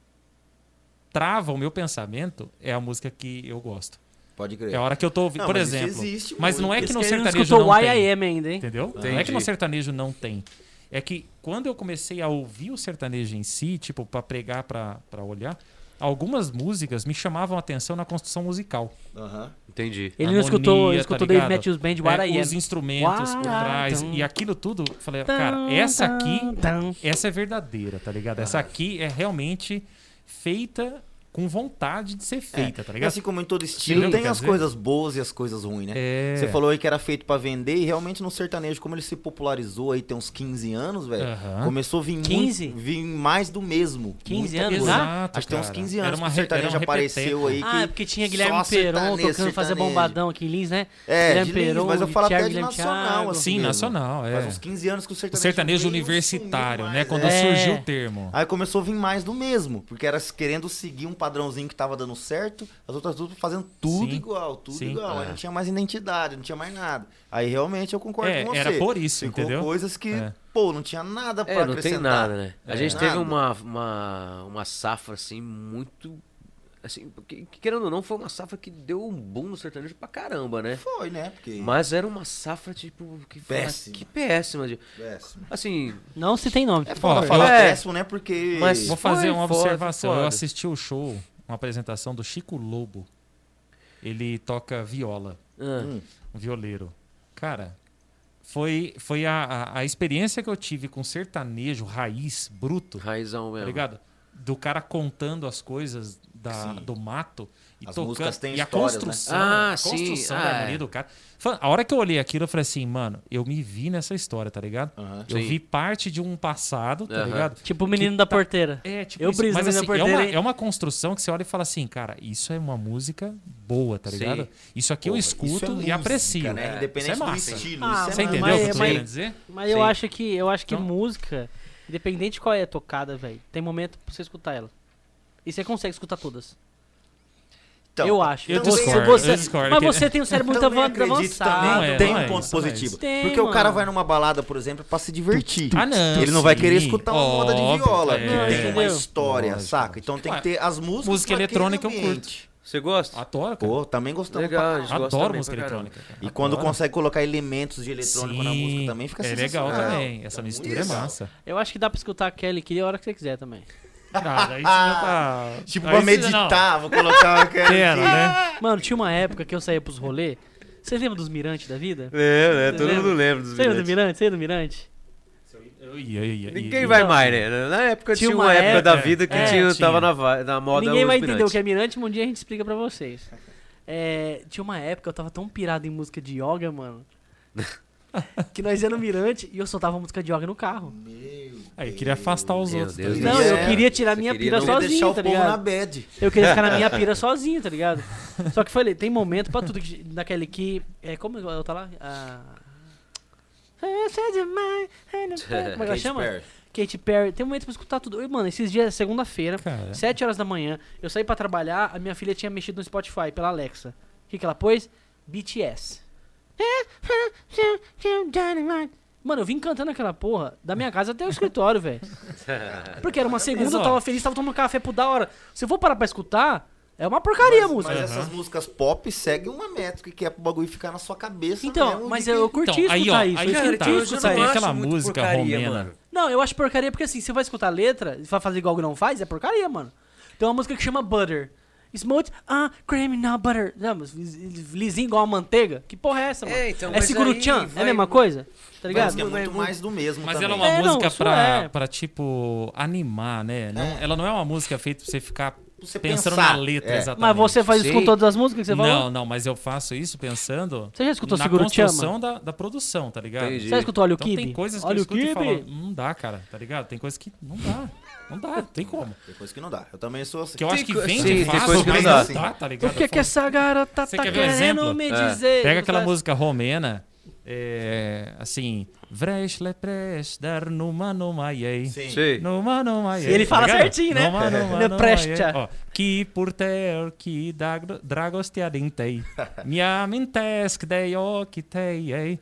Speaker 4: trava o meu pensamento, é a música que eu gosto.
Speaker 2: Pode
Speaker 4: É
Speaker 2: crer.
Speaker 4: a hora que eu tô ouvindo.
Speaker 2: Não,
Speaker 4: Por
Speaker 2: mas isso
Speaker 4: exemplo.
Speaker 2: existe
Speaker 4: mas não é
Speaker 2: muito.
Speaker 4: que
Speaker 5: Esse
Speaker 4: no
Speaker 5: cara não
Speaker 4: sertanejo
Speaker 5: escutou
Speaker 4: não
Speaker 5: o
Speaker 4: tem.
Speaker 5: I.I.M. ainda, hein?
Speaker 4: Entendeu? Não é
Speaker 3: Entendi.
Speaker 4: que no sertanejo não tem. É que quando eu comecei a ouvir o sertanejo em si, tipo, pra pregar, pra, pra olhar, algumas músicas me chamavam a atenção na construção musical.
Speaker 2: Aham.
Speaker 3: Entendi.
Speaker 5: Ele não
Speaker 4: harmonia,
Speaker 5: escutou,
Speaker 4: tá
Speaker 5: ele escutou Dave
Speaker 4: ligado?
Speaker 5: Matthews Band, What
Speaker 4: É,
Speaker 5: I
Speaker 4: os
Speaker 5: Am.
Speaker 4: instrumentos por
Speaker 5: What
Speaker 4: trás
Speaker 5: I am.
Speaker 4: e aquilo tudo. eu Falei, cara, essa aqui,
Speaker 5: Tum,
Speaker 4: essa é verdadeira, tá ligado? Essa aqui é realmente feita com vontade
Speaker 5: É.
Speaker 4: de ser feita, tá ligado?
Speaker 2: Assim como em todo estilo,
Speaker 4: Sim,
Speaker 2: tem
Speaker 4: quer
Speaker 2: as
Speaker 4: dizer-
Speaker 2: coisas boas e as coisas ruins, né?
Speaker 4: É.
Speaker 2: Você falou aí que era feito pra vender e realmente no sertanejo, como ele se popularizou aí tem uns 15 anos, velho,
Speaker 4: Aham.
Speaker 2: começou a vir,
Speaker 5: 15?
Speaker 2: Muito, vir mais do mesmo.
Speaker 5: 15
Speaker 2: Muita
Speaker 5: anos,
Speaker 2: coisa.
Speaker 5: né?
Speaker 4: Exato,
Speaker 2: Acho que tem uns
Speaker 4: cara.
Speaker 2: 15 anos
Speaker 4: Era uma
Speaker 2: que o
Speaker 4: re- era um
Speaker 2: sertanejo apareceu aí.
Speaker 4: repeteco.
Speaker 5: Ah,
Speaker 2: que
Speaker 5: é porque tinha
Speaker 2: só
Speaker 5: Guilherme Peron
Speaker 2: sertanejo,
Speaker 5: tocando fazer
Speaker 2: sertanejo.
Speaker 5: bombadão aqui em Lins, né?
Speaker 2: É,
Speaker 5: Guilherme
Speaker 2: de Lins,
Speaker 5: Peron,
Speaker 2: mas eu falo
Speaker 5: Thiago,
Speaker 2: até de
Speaker 5: Guilherme
Speaker 2: nacional,
Speaker 5: Thiago.
Speaker 2: assim
Speaker 4: Sim,
Speaker 2: mesmo.
Speaker 4: nacional, é.
Speaker 2: Faz uns 15 anos que o
Speaker 4: O
Speaker 2: sertanejo.
Speaker 4: sertanejo
Speaker 2: veio
Speaker 4: universitário,
Speaker 2: sumindo
Speaker 4: né?
Speaker 2: mais,
Speaker 4: Quando
Speaker 2: é.
Speaker 5: É.
Speaker 4: surgiu o termo.
Speaker 2: Aí começou a vir mais do mesmo, porque era querendo seguir um padrãozinho que tava dando certo, as outras duas fazendo tudo
Speaker 4: Sim.
Speaker 2: igual, tudo
Speaker 4: Sim.
Speaker 2: igual. Aí
Speaker 3: É.
Speaker 2: não tinha mais identidade, não tinha mais nada. Aí realmente eu concordo
Speaker 4: É,
Speaker 2: com você.
Speaker 4: era por isso,
Speaker 2: Ficou
Speaker 4: entendeu?
Speaker 2: coisas que,
Speaker 4: É.
Speaker 2: pô, não tinha nada pra
Speaker 3: É, não tem
Speaker 2: acrescentar.
Speaker 3: nada, né? A
Speaker 2: É.
Speaker 3: gente teve
Speaker 2: Nada.
Speaker 3: uma, uma, uma safra, assim, muito. Assim, porque, querendo ou não, foi uma safra que deu um boom no sertanejo pra caramba, né?
Speaker 2: Foi, né? Porque.
Speaker 3: Mas era uma safra, tipo, que
Speaker 2: Péssima.
Speaker 3: Que péssima. de-
Speaker 2: Péssimo.
Speaker 3: Assim,
Speaker 5: Não se tem nome.
Speaker 2: É,
Speaker 5: por
Speaker 2: fala,
Speaker 5: favor.
Speaker 2: fala
Speaker 3: É.
Speaker 2: péssimo, né? Porque.
Speaker 3: Mas-
Speaker 4: Vou fazer
Speaker 3: Foi
Speaker 4: uma
Speaker 3: foda,
Speaker 4: observação.
Speaker 3: foda.
Speaker 4: Eu assisti o show, uma apresentação do Chico Lobo. Ele toca viola,
Speaker 3: ah,
Speaker 2: Hum.
Speaker 4: um violeiro. Cara, foi, foi a, a, a experiência que eu tive com sertanejo, raiz, bruto,
Speaker 3: Raizão mesmo.
Speaker 4: tá ligado? Do cara contando as coisas da,
Speaker 2: Sim.
Speaker 4: do mato e
Speaker 2: As
Speaker 4: tocando.
Speaker 2: músicas têm
Speaker 4: e a
Speaker 2: histórias, né?
Speaker 4: construção,
Speaker 3: Ah,
Speaker 4: a
Speaker 3: sim,
Speaker 4: construção
Speaker 3: ah,
Speaker 4: da harmonia
Speaker 3: é.
Speaker 4: do cara. Fã, A hora que eu olhei aquilo, eu falei assim, mano, eu me vi nessa história, tá ligado?
Speaker 2: Aham.
Speaker 4: Eu
Speaker 3: Sim.
Speaker 4: vi parte de um passado, tá
Speaker 3: Aham.
Speaker 4: ligado?
Speaker 5: Tipo o menino
Speaker 2: tá-
Speaker 5: da porteira.
Speaker 4: É, tipo,
Speaker 5: Eu
Speaker 4: isso.
Speaker 5: briso
Speaker 4: mas
Speaker 5: no
Speaker 4: assim,
Speaker 5: Minha
Speaker 4: é, uma,
Speaker 5: Porteira, hein?
Speaker 4: é uma construção que você olha e fala assim, cara, isso é uma música boa, tá
Speaker 3: Sim.
Speaker 4: ligado? Isso aqui eu
Speaker 2: Porra, isso
Speaker 4: escuto
Speaker 2: é
Speaker 4: e
Speaker 2: música,
Speaker 4: aprecio.
Speaker 2: Né?
Speaker 4: Isso é
Speaker 2: Independente do
Speaker 4: massa.
Speaker 2: estilo.
Speaker 5: Ah,
Speaker 2: isso
Speaker 4: Você
Speaker 2: é
Speaker 4: entendeu
Speaker 5: mas-
Speaker 4: o que eu tô
Speaker 5: mas-
Speaker 4: querendo dizer?
Speaker 5: Mas eu
Speaker 3: Sim.
Speaker 5: acho que eu acho que
Speaker 4: Então-
Speaker 5: música, independente de qual é a tocada, velho, tem momento pra você escutar ela. E você consegue escutar todas.
Speaker 2: Então,
Speaker 5: eu acho.
Speaker 4: eu
Speaker 5: Então você-
Speaker 4: discordo,
Speaker 5: você-
Speaker 4: eu discordo.
Speaker 5: Mas você tem um cérebro muito
Speaker 2: também
Speaker 5: avan-
Speaker 2: acredito
Speaker 5: avançado.
Speaker 4: Não é,
Speaker 2: também tem
Speaker 4: não é.
Speaker 2: um ponto
Speaker 4: Isso, não é
Speaker 2: positivo.
Speaker 5: isso. Tem,
Speaker 2: porque o cara
Speaker 5: mano.
Speaker 2: vai numa balada, por exemplo, pra se divertir.
Speaker 4: Ah, não,
Speaker 2: Ele não vai
Speaker 4: sim.
Speaker 2: querer escutar uma moda de
Speaker 4: Óbvio,
Speaker 2: viola,
Speaker 4: é.
Speaker 2: que tem uma
Speaker 5: Entendeu?
Speaker 2: história,
Speaker 4: Lógico.
Speaker 2: saca? Então tem que ter as músicas.
Speaker 4: Música
Speaker 2: naquele
Speaker 4: eletrônica eu
Speaker 2: ambiente.
Speaker 4: curto.
Speaker 3: Você gosta?
Speaker 4: Adoro, cara.
Speaker 2: Pô, também gostamos pra
Speaker 3: Legal, a gente
Speaker 4: Adoro
Speaker 3: gosta também
Speaker 4: música
Speaker 3: pra caramba.
Speaker 4: eletrônica. cara.
Speaker 2: E quando
Speaker 4: Adoro.
Speaker 2: consegue colocar elementos de eletrônico na
Speaker 4: Sim,
Speaker 2: música também, fica
Speaker 4: É legal
Speaker 2: sensacional.
Speaker 4: também. Essa
Speaker 2: Tá
Speaker 4: mistura
Speaker 2: muito
Speaker 4: é
Speaker 2: legal.
Speaker 4: massa.
Speaker 5: Eu acho que dá pra escutar a Kelly que é a hora que você quiser também.
Speaker 4: Cara, aí você já tá...
Speaker 2: Tipo,
Speaker 4: aí
Speaker 2: pra
Speaker 4: você já- não.
Speaker 2: meditar, vou colocar aquela.
Speaker 4: Pera, né?
Speaker 5: Mano, tinha uma época que eu saía pros rolê. Vocês lembram dos Mirante da vida?
Speaker 3: É,
Speaker 5: Você lembra?
Speaker 3: lembra dos
Speaker 5: Você lembra do
Speaker 3: Mirante.
Speaker 5: Mirante? Você lembra do Mirante?
Speaker 4: Ia, ia, ia,
Speaker 3: Ninguém
Speaker 4: ia.
Speaker 3: vai mais, né? Na época tinha,
Speaker 5: Tinha
Speaker 3: uma,
Speaker 5: uma
Speaker 3: época, da
Speaker 4: época-
Speaker 3: vida que
Speaker 4: é,
Speaker 3: tinha,
Speaker 4: tinha.
Speaker 3: tava na, va- na moda
Speaker 5: Ninguém
Speaker 3: os
Speaker 5: vai
Speaker 3: Mirante.
Speaker 5: entender o que é Mirante, mas um dia a gente explica pra vocês. É, tinha uma época, eu tava tão pirado em música de yoga, mano. que nós ia no Mirante e eu soltava música de yoga no carro.
Speaker 4: Aí eu queria afastar os
Speaker 3: Meu
Speaker 4: outros.
Speaker 3: Deus
Speaker 4: tá
Speaker 5: Não,
Speaker 4: ligado?
Speaker 5: eu
Speaker 2: É.
Speaker 5: queria tirar
Speaker 3: Você
Speaker 5: minha
Speaker 3: queria
Speaker 5: pira
Speaker 3: não
Speaker 2: Queria deixar
Speaker 5: sozinho,
Speaker 2: o
Speaker 5: tá
Speaker 2: povo na
Speaker 5: ligado?
Speaker 2: bed.
Speaker 5: Eu queria ficar na minha pira sozinho, tá ligado? Só que falei, tem momento pra tudo. Que, naquele que. É, como eu tá lá? Ah, Você é demais. é, não sei, Como é que ela
Speaker 2: Katy
Speaker 5: chama?
Speaker 2: Perry.
Speaker 5: Katy Perry. Tem um momento pra escutar tudo. E, mano, esses dias, segunda-feira,
Speaker 4: Cara.
Speaker 5: 7 horas da manhã, eu saí pra trabalhar, a minha filha tinha mexido no Spotify pela Alexa. O que, que ela pôs? BTS. Mano, eu vim cantando aquela porra da minha casa até o escritório, velho. Porque era uma segunda, eu tava feliz, tava tomando café por da hora. Se eu for parar pra escutar, é uma porcaria a música.
Speaker 2: Mas é- essas músicas pop seguem uma métrica que é pro bagulho ficar na sua cabeça. né? Um
Speaker 5: então,
Speaker 2: mesmo
Speaker 5: mas
Speaker 2: de
Speaker 5: eu
Speaker 2: que-
Speaker 5: curti
Speaker 4: Então, aí,
Speaker 5: escutar
Speaker 4: ó,
Speaker 5: isso.
Speaker 4: aí
Speaker 5: eu
Speaker 4: que
Speaker 5: curti
Speaker 4: tá.
Speaker 5: isso,
Speaker 4: Você
Speaker 5: escutar
Speaker 4: tem
Speaker 5: isso.
Speaker 4: aquela música romena.
Speaker 5: Não, eu acho porcaria porque assim, você vai escutar a letra e vai fazer igual o Grão faz, é porcaria, mano. Tem uma música que chama Butter. Smoke a criminal butter. Não, mas lisinho igual a manteiga? Que porra é essa, mano?
Speaker 3: É, então,
Speaker 5: é
Speaker 3: mas
Speaker 5: seguro
Speaker 3: aí
Speaker 5: tchan? É
Speaker 3: vai-
Speaker 5: a mesma coisa? Tá
Speaker 2: Mas
Speaker 5: ligado?
Speaker 2: que é muito
Speaker 3: Vai-
Speaker 2: mais do mesmo
Speaker 4: Mas
Speaker 2: também.
Speaker 4: ela é uma
Speaker 5: É, não,
Speaker 4: música
Speaker 5: isso
Speaker 4: pra,
Speaker 5: é.
Speaker 4: pra, tipo, animar, né? Não, Ela não é uma música feita pra você ficar
Speaker 2: Você
Speaker 4: pensando
Speaker 2: pensar,
Speaker 4: na letra,
Speaker 2: é.
Speaker 4: exatamente.
Speaker 5: Mas você faz isso com
Speaker 3: Sim.
Speaker 5: todas as músicas que você falou?
Speaker 4: Não, não, mas eu faço isso pensando
Speaker 5: Você já escutou
Speaker 4: na
Speaker 5: Seguro Te Ama?
Speaker 4: construção da, da produção, tá ligado?
Speaker 3: Entendi.
Speaker 5: Você já escutou Olha o
Speaker 4: Então
Speaker 5: Kibe?
Speaker 4: tem coisas que
Speaker 5: Olha
Speaker 4: eu
Speaker 5: o
Speaker 4: escuto e
Speaker 5: Kibe.
Speaker 4: falo, não dá, cara, tá ligado? Tem coisas que não dá, não dá, não tem como.
Speaker 2: Tem coisa que não dá. Eu também sou assim.
Speaker 4: Que eu acho que
Speaker 3: co-
Speaker 4: vende
Speaker 3: sim, tem
Speaker 4: fácil,
Speaker 3: coisa que não
Speaker 4: mas
Speaker 3: dá.
Speaker 4: não dá, tá ligado?
Speaker 5: Por que,
Speaker 4: Eu
Speaker 5: que
Speaker 4: falo,
Speaker 5: essa garota
Speaker 4: Você
Speaker 5: tá
Speaker 4: quer ver um exemplo?
Speaker 5: querendo me
Speaker 3: É.
Speaker 5: dizer?
Speaker 4: Pega aquela
Speaker 5: Sabe?
Speaker 4: música romena, é, assim... Vresh lepres dar numa numa yei.
Speaker 2: Sim.
Speaker 3: É, Sei.
Speaker 4: Numa, numa, e
Speaker 5: ele fala certinho, né?
Speaker 4: Numa, numa,
Speaker 5: Ele
Speaker 4: numa,
Speaker 5: presta.
Speaker 4: e oh, aí. Ó, que por ter que dagro- dragostiadintei. Minha mintesc dei o que tei, ei.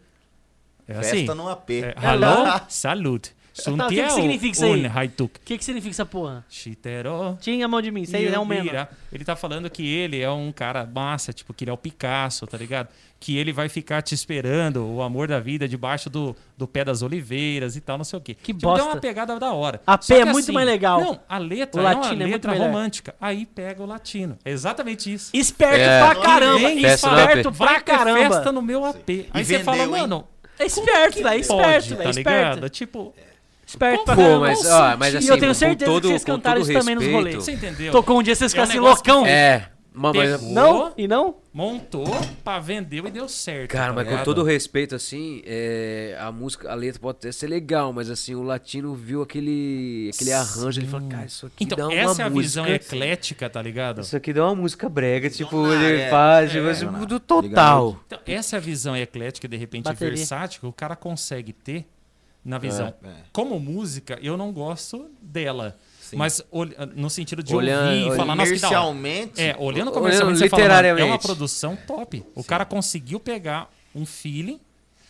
Speaker 4: É
Speaker 2: Festa
Speaker 4: assim. Eh,
Speaker 2: num AP.
Speaker 4: É, Alô, salud.
Speaker 5: Tá, o que que
Speaker 4: Suntiel
Speaker 5: significa isso aí?
Speaker 4: un haituk.
Speaker 5: O que, que significa essa porra?
Speaker 4: Chitero.
Speaker 5: Tinha a mão de mim, isso aí é um meme.
Speaker 4: Yubira. Ele tá falando que ele é um cara massa, tipo, que ele é o Picasso, tá ligado? Que ele vai ficar te esperando, o amor da vida, debaixo do, do pé das oliveiras e tal, não sei o quê.
Speaker 5: Que
Speaker 4: tipo,
Speaker 5: bosta.
Speaker 4: Dá uma pegada da hora.
Speaker 5: A
Speaker 4: Só
Speaker 5: pé
Speaker 4: que
Speaker 5: é
Speaker 4: assim,
Speaker 5: muito mais legal.
Speaker 4: Não, a letra
Speaker 5: O
Speaker 4: é uma
Speaker 5: latino é muito
Speaker 4: letra
Speaker 5: melhor.
Speaker 4: romântica. Aí pega o latino. É exatamente isso.
Speaker 5: Esperto
Speaker 3: É.
Speaker 5: pra caramba!
Speaker 4: Vem e
Speaker 3: Festa no
Speaker 4: fala,
Speaker 3: AP.
Speaker 5: Esperto
Speaker 4: Vai
Speaker 5: pra
Speaker 4: ter festa
Speaker 5: caramba!
Speaker 4: no meu AP. Aí
Speaker 2: E
Speaker 4: você fala,
Speaker 2: vendeu, hein?
Speaker 4: mano,
Speaker 5: É esperto, velho, é esperto,
Speaker 4: pode,
Speaker 5: velho, é
Speaker 4: tá
Speaker 5: esperto.
Speaker 4: ligado? Tipo,
Speaker 5: Esperto pra
Speaker 3: Pô,
Speaker 5: caramba.
Speaker 3: mas,
Speaker 4: Não,
Speaker 3: ó,
Speaker 4: sim.
Speaker 3: mas assim,
Speaker 5: e eu tenho
Speaker 3: com
Speaker 5: certeza
Speaker 3: todo,
Speaker 5: que vocês
Speaker 3: com todo
Speaker 5: cantaram isso também nos
Speaker 3: respeito-
Speaker 5: rolês.
Speaker 4: você entendeu?
Speaker 5: Tocou um dia vocês
Speaker 4: É um
Speaker 5: ficaram assim,
Speaker 4: negócio que-
Speaker 5: loucão.
Speaker 3: É, mas, mas-
Speaker 4: Pegou.
Speaker 5: Não? E não?
Speaker 4: Montou, pá, vendeu e deu certo.
Speaker 3: Cara,
Speaker 4: tá
Speaker 3: mas com
Speaker 4: ligado?
Speaker 3: todo respeito, assim, é, a música, a letra pode até ser legal, mas assim, o latino viu aquele, aquele arranjo, ele falou, cara, isso aqui dá
Speaker 4: Então,
Speaker 3: uma
Speaker 4: essa é
Speaker 3: música.
Speaker 4: a
Speaker 3: assim.
Speaker 4: visão eclética, tá ligado?
Speaker 3: Isso aqui dá uma música brega, tipo,
Speaker 2: nada,
Speaker 3: ele
Speaker 2: é.
Speaker 3: faz,
Speaker 2: É,
Speaker 3: tipo, assim,
Speaker 2: não nada.
Speaker 3: do total.
Speaker 4: Então, essa é a visão eclética, de repente
Speaker 5: Bateria.
Speaker 4: versátil, que o cara consegue ter na visão.
Speaker 2: É, é.
Speaker 4: Como música, eu não gosto dela.
Speaker 2: Sim.
Speaker 4: Mas olh- no sentido de
Speaker 3: Olhando-
Speaker 4: ouvir e falar, nossa, que da hora.
Speaker 2: Comercialmente,
Speaker 4: É, olhando
Speaker 3: Olhando
Speaker 4: comercialmente, você fala, "Mano, é uma
Speaker 3: literariamente."
Speaker 4: produção top. O cara conseguiu pegar um feeling,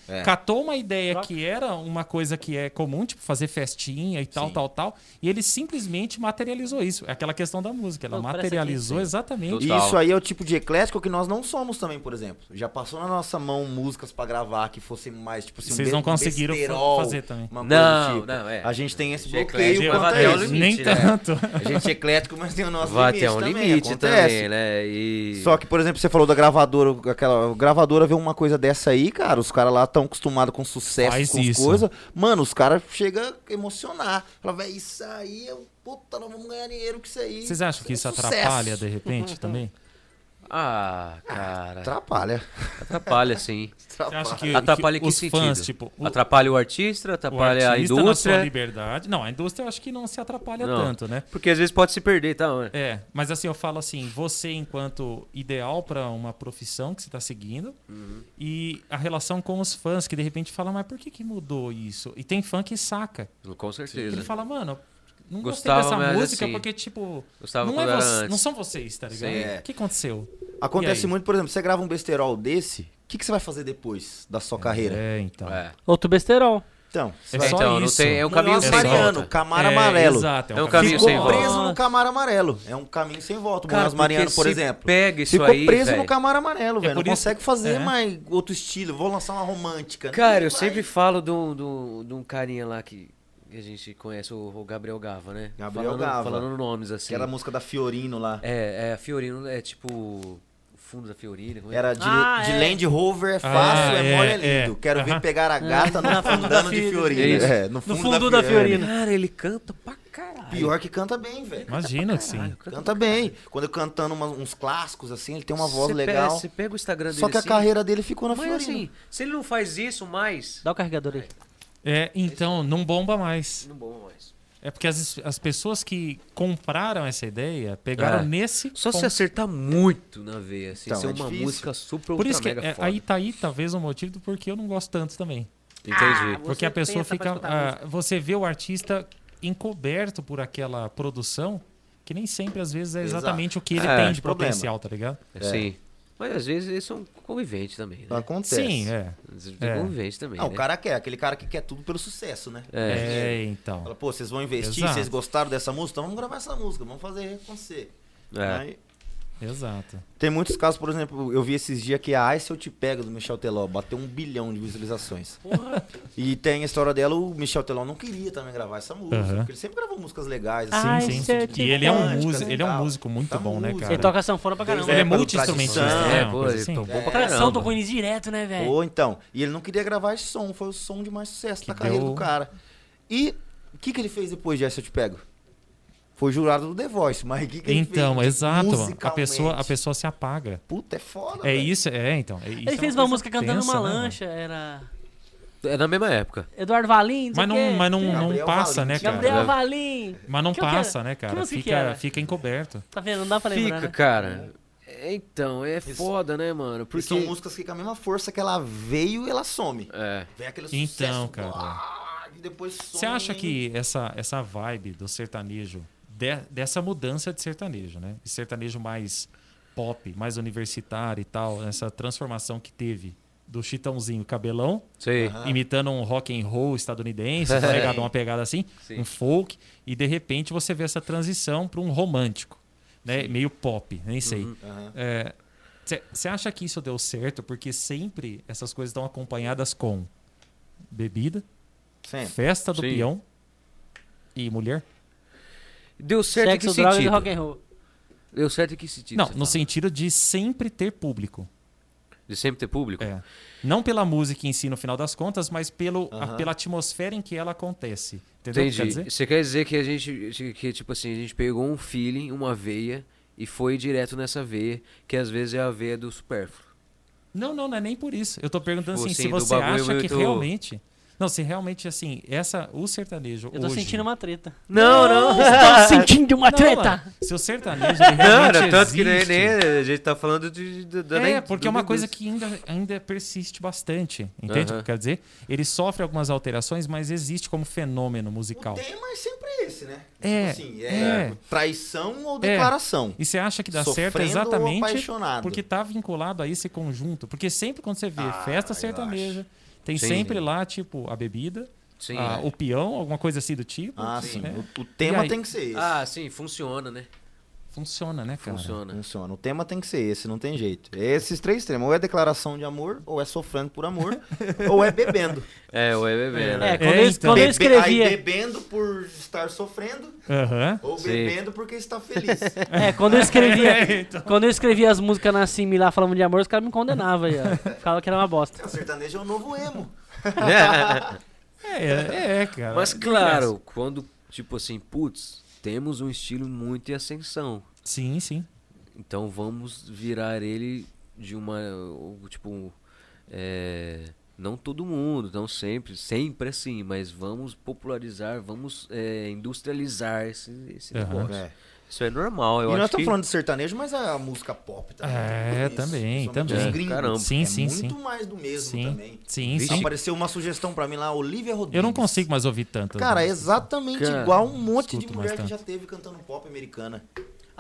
Speaker 2: É.
Speaker 4: catou uma ideia que era uma coisa que é comum, tipo fazer festinha e tal,
Speaker 2: Sim.
Speaker 4: tal, tal, e ele simplesmente materializou isso. É aquela questão da música, ela
Speaker 5: Não, parece
Speaker 4: materializou exatamente.
Speaker 2: E
Speaker 3: Total.
Speaker 2: isso aí é o tipo de eclético que nós não somos também, por exemplo. Já passou na nossa mão músicas pra gravar que fossem mais, tipo assim, um
Speaker 4: Vocês
Speaker 2: be-
Speaker 4: não conseguiram
Speaker 2: besterol,
Speaker 4: fa- fazer também. É,
Speaker 2: uma
Speaker 3: Não,
Speaker 2: coisa do tipo.
Speaker 3: não, é.
Speaker 2: A gente tem esse
Speaker 3: Gente,
Speaker 2: bloqueio
Speaker 3: eclético
Speaker 2: quanto
Speaker 3: vai até
Speaker 2: a
Speaker 3: o
Speaker 2: isso.
Speaker 3: limite, né?
Speaker 4: Nem tanto.
Speaker 2: A gente é eclético, mas tem o nosso
Speaker 3: Vai
Speaker 2: limite
Speaker 3: até um
Speaker 2: também,
Speaker 3: limite
Speaker 2: acontece.
Speaker 3: também, né? E...
Speaker 2: Só que, por exemplo, você falou da gravadora, aquela a gravadora vê uma coisa dessa aí, cara, os caras lá estão tão acostumado com sucesso,
Speaker 4: Faz
Speaker 2: com as
Speaker 4: isso.
Speaker 2: coisas, mano, os caras chegam a emocionar. Fala, velho, isso aí é. Puta, nós vamos ganhar dinheiro com isso aí.
Speaker 4: Vocês acham que isso
Speaker 2: é sucesso."
Speaker 4: atrapalha de repente também?
Speaker 3: Ah, cara.
Speaker 2: Atrapalha.
Speaker 3: Atrapalha, sim.
Speaker 4: Você acha que,
Speaker 3: Atrapalha em
Speaker 4: que
Speaker 3: que
Speaker 4: os
Speaker 3: sentido?
Speaker 4: fãs, tipo, o,
Speaker 3: Atrapalha o artista,
Speaker 4: o
Speaker 3: atrapalha
Speaker 4: artista
Speaker 3: a
Speaker 4: na sua
Speaker 3: indústria.
Speaker 4: liberdade. Não, a indústria eu acho que não se atrapalha
Speaker 3: Não.
Speaker 4: tanto, né?
Speaker 3: Porque às vezes pode se perder, tá? mano?
Speaker 4: É, mas assim, eu falo assim, você enquanto ideal para uma profissão que você está seguindo
Speaker 3: Uhum.
Speaker 4: e a relação com os fãs que de repente falam, mas por que, que mudou isso? E tem fã que saca.
Speaker 2: É,
Speaker 3: Com
Speaker 4: Ele
Speaker 3: certeza.
Speaker 4: fala, mano, não
Speaker 3: Gostava,
Speaker 4: gostei
Speaker 3: mas
Speaker 4: dessa música
Speaker 3: assim,
Speaker 4: porque, tipo,
Speaker 3: gostava
Speaker 4: não,
Speaker 3: quando
Speaker 4: é
Speaker 3: era
Speaker 4: vo-
Speaker 3: antes. é.
Speaker 4: não são vocês, tá ligado?
Speaker 2: Sim.
Speaker 4: O que aconteceu? E
Speaker 2: Acontece
Speaker 4: aí?
Speaker 2: muito, por exemplo, você grava um besterol desse, o que, que você vai fazer depois da sua carreira?
Speaker 4: É, então. É,
Speaker 3: É.
Speaker 5: Outro besterol.
Speaker 2: Então, você
Speaker 4: É
Speaker 2: vai...
Speaker 4: só
Speaker 3: então, não
Speaker 4: isso.
Speaker 3: tem, é um
Speaker 2: Munhoz
Speaker 3: caminho sem
Speaker 2: Mariano,
Speaker 3: volta.
Speaker 2: Camaro Amarelo.
Speaker 4: Exato,
Speaker 3: É um caminho sem
Speaker 2: Ficou
Speaker 3: volta.
Speaker 2: preso no Camaro Amarelo. É um caminho sem volta. O
Speaker 3: Cara,
Speaker 2: Munhoz Mariano,
Speaker 3: porque
Speaker 2: por
Speaker 3: se
Speaker 2: exemplo.
Speaker 3: Pega isso
Speaker 2: Ficou
Speaker 3: aí,
Speaker 2: preso
Speaker 3: velho.
Speaker 2: no Camaro Amarelo, velho.
Speaker 4: por
Speaker 2: Não
Speaker 4: isso-
Speaker 2: consegue fazer
Speaker 4: é.
Speaker 2: mais outro estilo. Vou lançar uma romântica.
Speaker 3: Cara,
Speaker 2: Não
Speaker 3: eu
Speaker 2: vai.
Speaker 3: sempre falo de um, de um- de um carinha lá que, que a gente conhece, o, o Gabriel Gava, né?
Speaker 2: Gabriel
Speaker 3: falando,
Speaker 2: Gava.
Speaker 3: Falando nomes assim.
Speaker 2: Aquela música da Fiorino lá.
Speaker 3: É, é, a Fiorino é tipo. O fundo da Fiorino. como é?
Speaker 2: Era de,
Speaker 5: Ah,
Speaker 2: de
Speaker 5: é.
Speaker 2: Land Rover é fácil,
Speaker 3: Ah,
Speaker 2: é,
Speaker 4: é,
Speaker 2: mole, é lindo.
Speaker 4: é.
Speaker 2: Quero vir
Speaker 4: Aham.
Speaker 2: pegar a gata no fundano de Fiorino.
Speaker 3: Isso.
Speaker 2: É, no
Speaker 5: No fundo da Fiorino.
Speaker 3: é? Cara, ele canta pra caralho.
Speaker 2: Pior que canta bem, velho.
Speaker 4: Imagina que sim.
Speaker 2: Canta bem. Quando eu cantando umas- uns clássicos, assim, ele tem uma voz
Speaker 3: Você
Speaker 2: legal.
Speaker 3: Pega, você pega o Instagram
Speaker 2: Só
Speaker 3: dele
Speaker 2: que a
Speaker 3: assim,
Speaker 2: carreira dele ficou na
Speaker 3: Mas
Speaker 2: Fiorino.
Speaker 3: assim, se ele não faz isso mais.
Speaker 5: Dá o carregador aí.
Speaker 4: É, então, não bomba mais.
Speaker 3: Não bom mais.
Speaker 4: É porque as, as pessoas que compraram essa ideia pegaram
Speaker 3: É.
Speaker 4: nesse.
Speaker 3: Só se
Speaker 4: ponto.
Speaker 3: acertar muito na veia, assim,
Speaker 2: Então,
Speaker 3: ser
Speaker 2: é
Speaker 3: uma
Speaker 2: difícil.
Speaker 3: música super
Speaker 4: Por isso que
Speaker 3: ultra mega
Speaker 4: é,
Speaker 3: foda.
Speaker 4: aí tá aí talvez o motivo do porquê eu não gosto tanto também.
Speaker 2: tá,
Speaker 3: Entendi.
Speaker 4: Porque a pessoa fica. ah, você vê o artista encoberto por aquela produção que nem sempre, às vezes, é
Speaker 2: Exato.
Speaker 4: exatamente o que ele
Speaker 3: É,
Speaker 4: tem de
Speaker 2: problema.
Speaker 4: potencial, tá ligado?
Speaker 2: ah,
Speaker 3: Sim. É. Mas às vezes eles são conviventes também, né?
Speaker 2: Acontece.
Speaker 4: Sim, é.
Speaker 3: Às vezes
Speaker 4: É.
Speaker 3: Conviventes também,
Speaker 2: Não, Ah. o
Speaker 3: né?
Speaker 2: cara quer, aquele cara que quer tudo pelo sucesso, né?
Speaker 4: É, então.
Speaker 2: Fala, pô, vocês vão investir,
Speaker 4: Exato.
Speaker 2: vocês gostaram dessa música? Então vamos gravar essa música, vamos fazer acontecer.
Speaker 3: É.
Speaker 2: Aí,
Speaker 4: Exato.
Speaker 2: tem muitos casos, por exemplo, eu vi esses dias que a Ai Se Eu Te Pego do Michel Teló bateu um bilhão de visualizações. E tem a história dela, o Michel Teló não queria também gravar essa música,
Speaker 4: Aham.
Speaker 2: porque ele sempre gravou músicas legais,
Speaker 5: Ai, tipo
Speaker 2: assim.
Speaker 4: sim,
Speaker 5: se
Speaker 4: sim.
Speaker 5: eu te
Speaker 4: E ele é um
Speaker 2: pego.
Speaker 4: músico, ele é um
Speaker 2: Tá.
Speaker 4: músico muito
Speaker 2: Tá
Speaker 4: bom, né,
Speaker 2: músico.
Speaker 4: cara?
Speaker 5: né, Ele toca sanfona pra caramba.
Speaker 4: Ele é
Speaker 2: pelo
Speaker 4: multi-instrumentista,
Speaker 2: tradição,
Speaker 4: né?
Speaker 3: É,
Speaker 4: Uma
Speaker 3: pô,
Speaker 4: coisa
Speaker 3: ele-
Speaker 4: assim.
Speaker 3: pô, bom pra
Speaker 5: Tradução,
Speaker 3: caramba.
Speaker 5: tocou nisso direto, né, velho?
Speaker 2: Ou então, e ele não queria gravar esse som, foi o som de mais sucesso
Speaker 4: É. Que
Speaker 2: da carreira
Speaker 4: deu-
Speaker 2: do cara. E o que, que ele fez depois de Ai Se Eu Te Pego? Foi jurado do The Voice, mas o que, que ele fez? tipo
Speaker 4: Então, exato. A
Speaker 2: musicalmente?
Speaker 4: pessoa, a pessoa se apaga.
Speaker 2: Puta, é foda,
Speaker 4: É
Speaker 2: velho.
Speaker 4: isso, é, então. é- isso é
Speaker 5: Ele fez uma
Speaker 4: coisa
Speaker 5: música cantando
Speaker 4: tensa,
Speaker 5: uma
Speaker 4: né, mano?
Speaker 5: lancha, era.
Speaker 3: É da mesma época.
Speaker 5: Eduardo Valim,
Speaker 4: Mas não, mas não,
Speaker 5: É.
Speaker 4: não
Speaker 2: Gabriel
Speaker 4: passa,
Speaker 2: Valente.
Speaker 4: né, cara?
Speaker 5: Gabriel Valim.
Speaker 4: Mas não
Speaker 5: Que eu quero-
Speaker 4: passa, né,
Speaker 5: que
Speaker 4: cara?
Speaker 5: música que é?
Speaker 4: Fica,
Speaker 5: era?
Speaker 4: fica encoberto.
Speaker 5: Tá vendo? Não dá pra lembrar.
Speaker 3: Fica,
Speaker 5: né?
Speaker 3: cara. É, Então, é foda, né, mano?
Speaker 2: Porque
Speaker 3: Porque.
Speaker 2: são músicas que com a mesma força que ela veio, ela some.
Speaker 3: É.
Speaker 2: Vem aquele
Speaker 4: Então,
Speaker 2: sucesso.
Speaker 4: cara.
Speaker 2: uá, e depois some.
Speaker 4: Você acha que essa, essa vibe do sertanejo, de- dessa mudança de sertanejo, né? De sertanejo mais pop, mais universitário e tal, essa transformação que teve do Chitãozinho Cabelão,
Speaker 3: Sei.
Speaker 4: imitando um rock and roll estadunidense, tá
Speaker 3: Sim.
Speaker 4: ligado? Uma pegada assim,
Speaker 3: Sim.
Speaker 4: um folk, e de repente você vê essa transição para um romântico, né? Meio pop, nem sei.
Speaker 3: Uhum.
Speaker 2: Aham.
Speaker 4: Você acha que isso deu certo? Porque sempre essas coisas estão acompanhadas com bebida,
Speaker 2: Sempre.
Speaker 4: festa do
Speaker 3: É. Sim.
Speaker 4: peão e mulher?
Speaker 3: Deu certo em que
Speaker 5: Sexo, drogas e
Speaker 3: sentido?
Speaker 5: rock and roll.
Speaker 3: Deu certo em que sentido?
Speaker 4: Não,
Speaker 3: você
Speaker 4: no
Speaker 3: fala?
Speaker 4: sentido de sempre ter público.
Speaker 3: De sempre ter público?
Speaker 4: É. Não pela música em si, no final das contas, mas pelo, a-
Speaker 2: Aham.
Speaker 4: pela atmosfera em que ela acontece. Entendeu o que quer
Speaker 3: Entendi.
Speaker 4: dizer?
Speaker 3: Você quer dizer que a gente, que tipo assim, a gente pegou um feeling, uma veia e foi direto nessa veia, que às vezes é a veia do supérfluo.
Speaker 4: Não, não, não é nem por isso. Eu tô perguntando
Speaker 3: Tipo
Speaker 4: assim, se
Speaker 3: assim, do
Speaker 4: você
Speaker 3: bagulho
Speaker 4: acha que
Speaker 3: muito-
Speaker 4: realmente... Não, se realmente, assim, essa, o sertanejo
Speaker 5: Eu tô
Speaker 4: hoje-
Speaker 5: sentindo uma treta.
Speaker 3: Não, não.
Speaker 5: Estou sentindo uma
Speaker 4: Não,
Speaker 5: treta!
Speaker 4: mano, se o sertanejo ele
Speaker 3: Não,
Speaker 4: realmente
Speaker 3: era tanto que nem,
Speaker 4: existe-
Speaker 3: nem a gente tá falando de, de, da-
Speaker 4: É,
Speaker 3: da-
Speaker 4: porque
Speaker 3: do-
Speaker 4: é uma
Speaker 3: do-
Speaker 4: coisa que ainda, ainda persiste bastante. Entende o
Speaker 3: Aham.
Speaker 4: que eu quero dizer? Ele sofre algumas alterações, mas existe como fenômeno musical.
Speaker 2: O tema é sempre esse, né?
Speaker 4: É,
Speaker 2: Tipo assim, é,
Speaker 4: é.
Speaker 2: traição ou declaração.
Speaker 4: E você acha que dá
Speaker 2: Sofrendo
Speaker 4: certo
Speaker 2: ou
Speaker 4: exatamente
Speaker 2: apaixonado.
Speaker 4: porque tá vinculado a esse conjunto. Porque sempre quando você vê festa
Speaker 2: eu
Speaker 4: sertaneja, tem
Speaker 3: Sim.
Speaker 4: sempre lá, tipo, a bebida,
Speaker 3: Sim.
Speaker 4: a- o peão, alguma coisa assim do tipo.
Speaker 2: Ah, sim.
Speaker 4: né?
Speaker 2: O, o tema
Speaker 4: aí?
Speaker 2: tem que ser esse.
Speaker 3: Ah, sim, Ah, funciona, né?
Speaker 4: Funciona, né, cara?
Speaker 3: Funciona.
Speaker 2: Funciona. O tema tem que ser esse, não tem jeito. É esses três temas. Ou é declaração de amor, ou é sofrendo por amor, ou é bebendo.
Speaker 3: É, o EBB,
Speaker 5: É,
Speaker 3: né?
Speaker 5: quando, eu,
Speaker 4: então.
Speaker 5: quando eu
Speaker 2: Bebe-
Speaker 5: escrevia.
Speaker 2: Aí bebendo por estar sofrendo,
Speaker 4: Aham.
Speaker 2: ou
Speaker 3: Sim.
Speaker 2: bebendo porque está feliz.
Speaker 5: É, quando eu escrevia. Quando eu escrevia as músicas na Simi lá falando de amor, os caras me condenavam aí, ó. Ficava que era uma bosta.
Speaker 2: o sertanejo é o novo emo.
Speaker 4: É, é, é, cara.
Speaker 3: Mas claro, quando, tipo assim, putz, temos um estilo muito em ascensão.
Speaker 4: Sim, sim.
Speaker 3: Então vamos virar ele de uma. ou, Tipo. é, não todo mundo, não sempre, sempre assim, mas vamos popularizar, vamos é, industrializar esse, esse
Speaker 4: Aham.
Speaker 3: negócio.
Speaker 2: É.
Speaker 3: Isso é normal, eu
Speaker 2: e
Speaker 3: acho
Speaker 2: nós estamos
Speaker 3: que...
Speaker 2: falando de sertanejo, mas a música pop também.
Speaker 4: É,
Speaker 2: tem tudo
Speaker 4: também,
Speaker 2: principalmente
Speaker 4: também.
Speaker 2: Os gringos.
Speaker 3: Caramba.
Speaker 4: Sim,
Speaker 2: é
Speaker 4: sim,
Speaker 2: muito
Speaker 4: sim.
Speaker 2: mais do mesmo
Speaker 4: Sim.
Speaker 2: também.
Speaker 4: Sim,
Speaker 3: Vixe.
Speaker 4: sim.
Speaker 2: Apareceu uma sugestão pra mim lá, Olivia Rodrigo.
Speaker 4: Eu não consigo mais ouvir tanto.
Speaker 2: Cara, é exatamente
Speaker 3: Cara,
Speaker 2: igual um monte de
Speaker 4: escuto
Speaker 2: mulher que
Speaker 4: mais
Speaker 2: já teve cantando pop americana.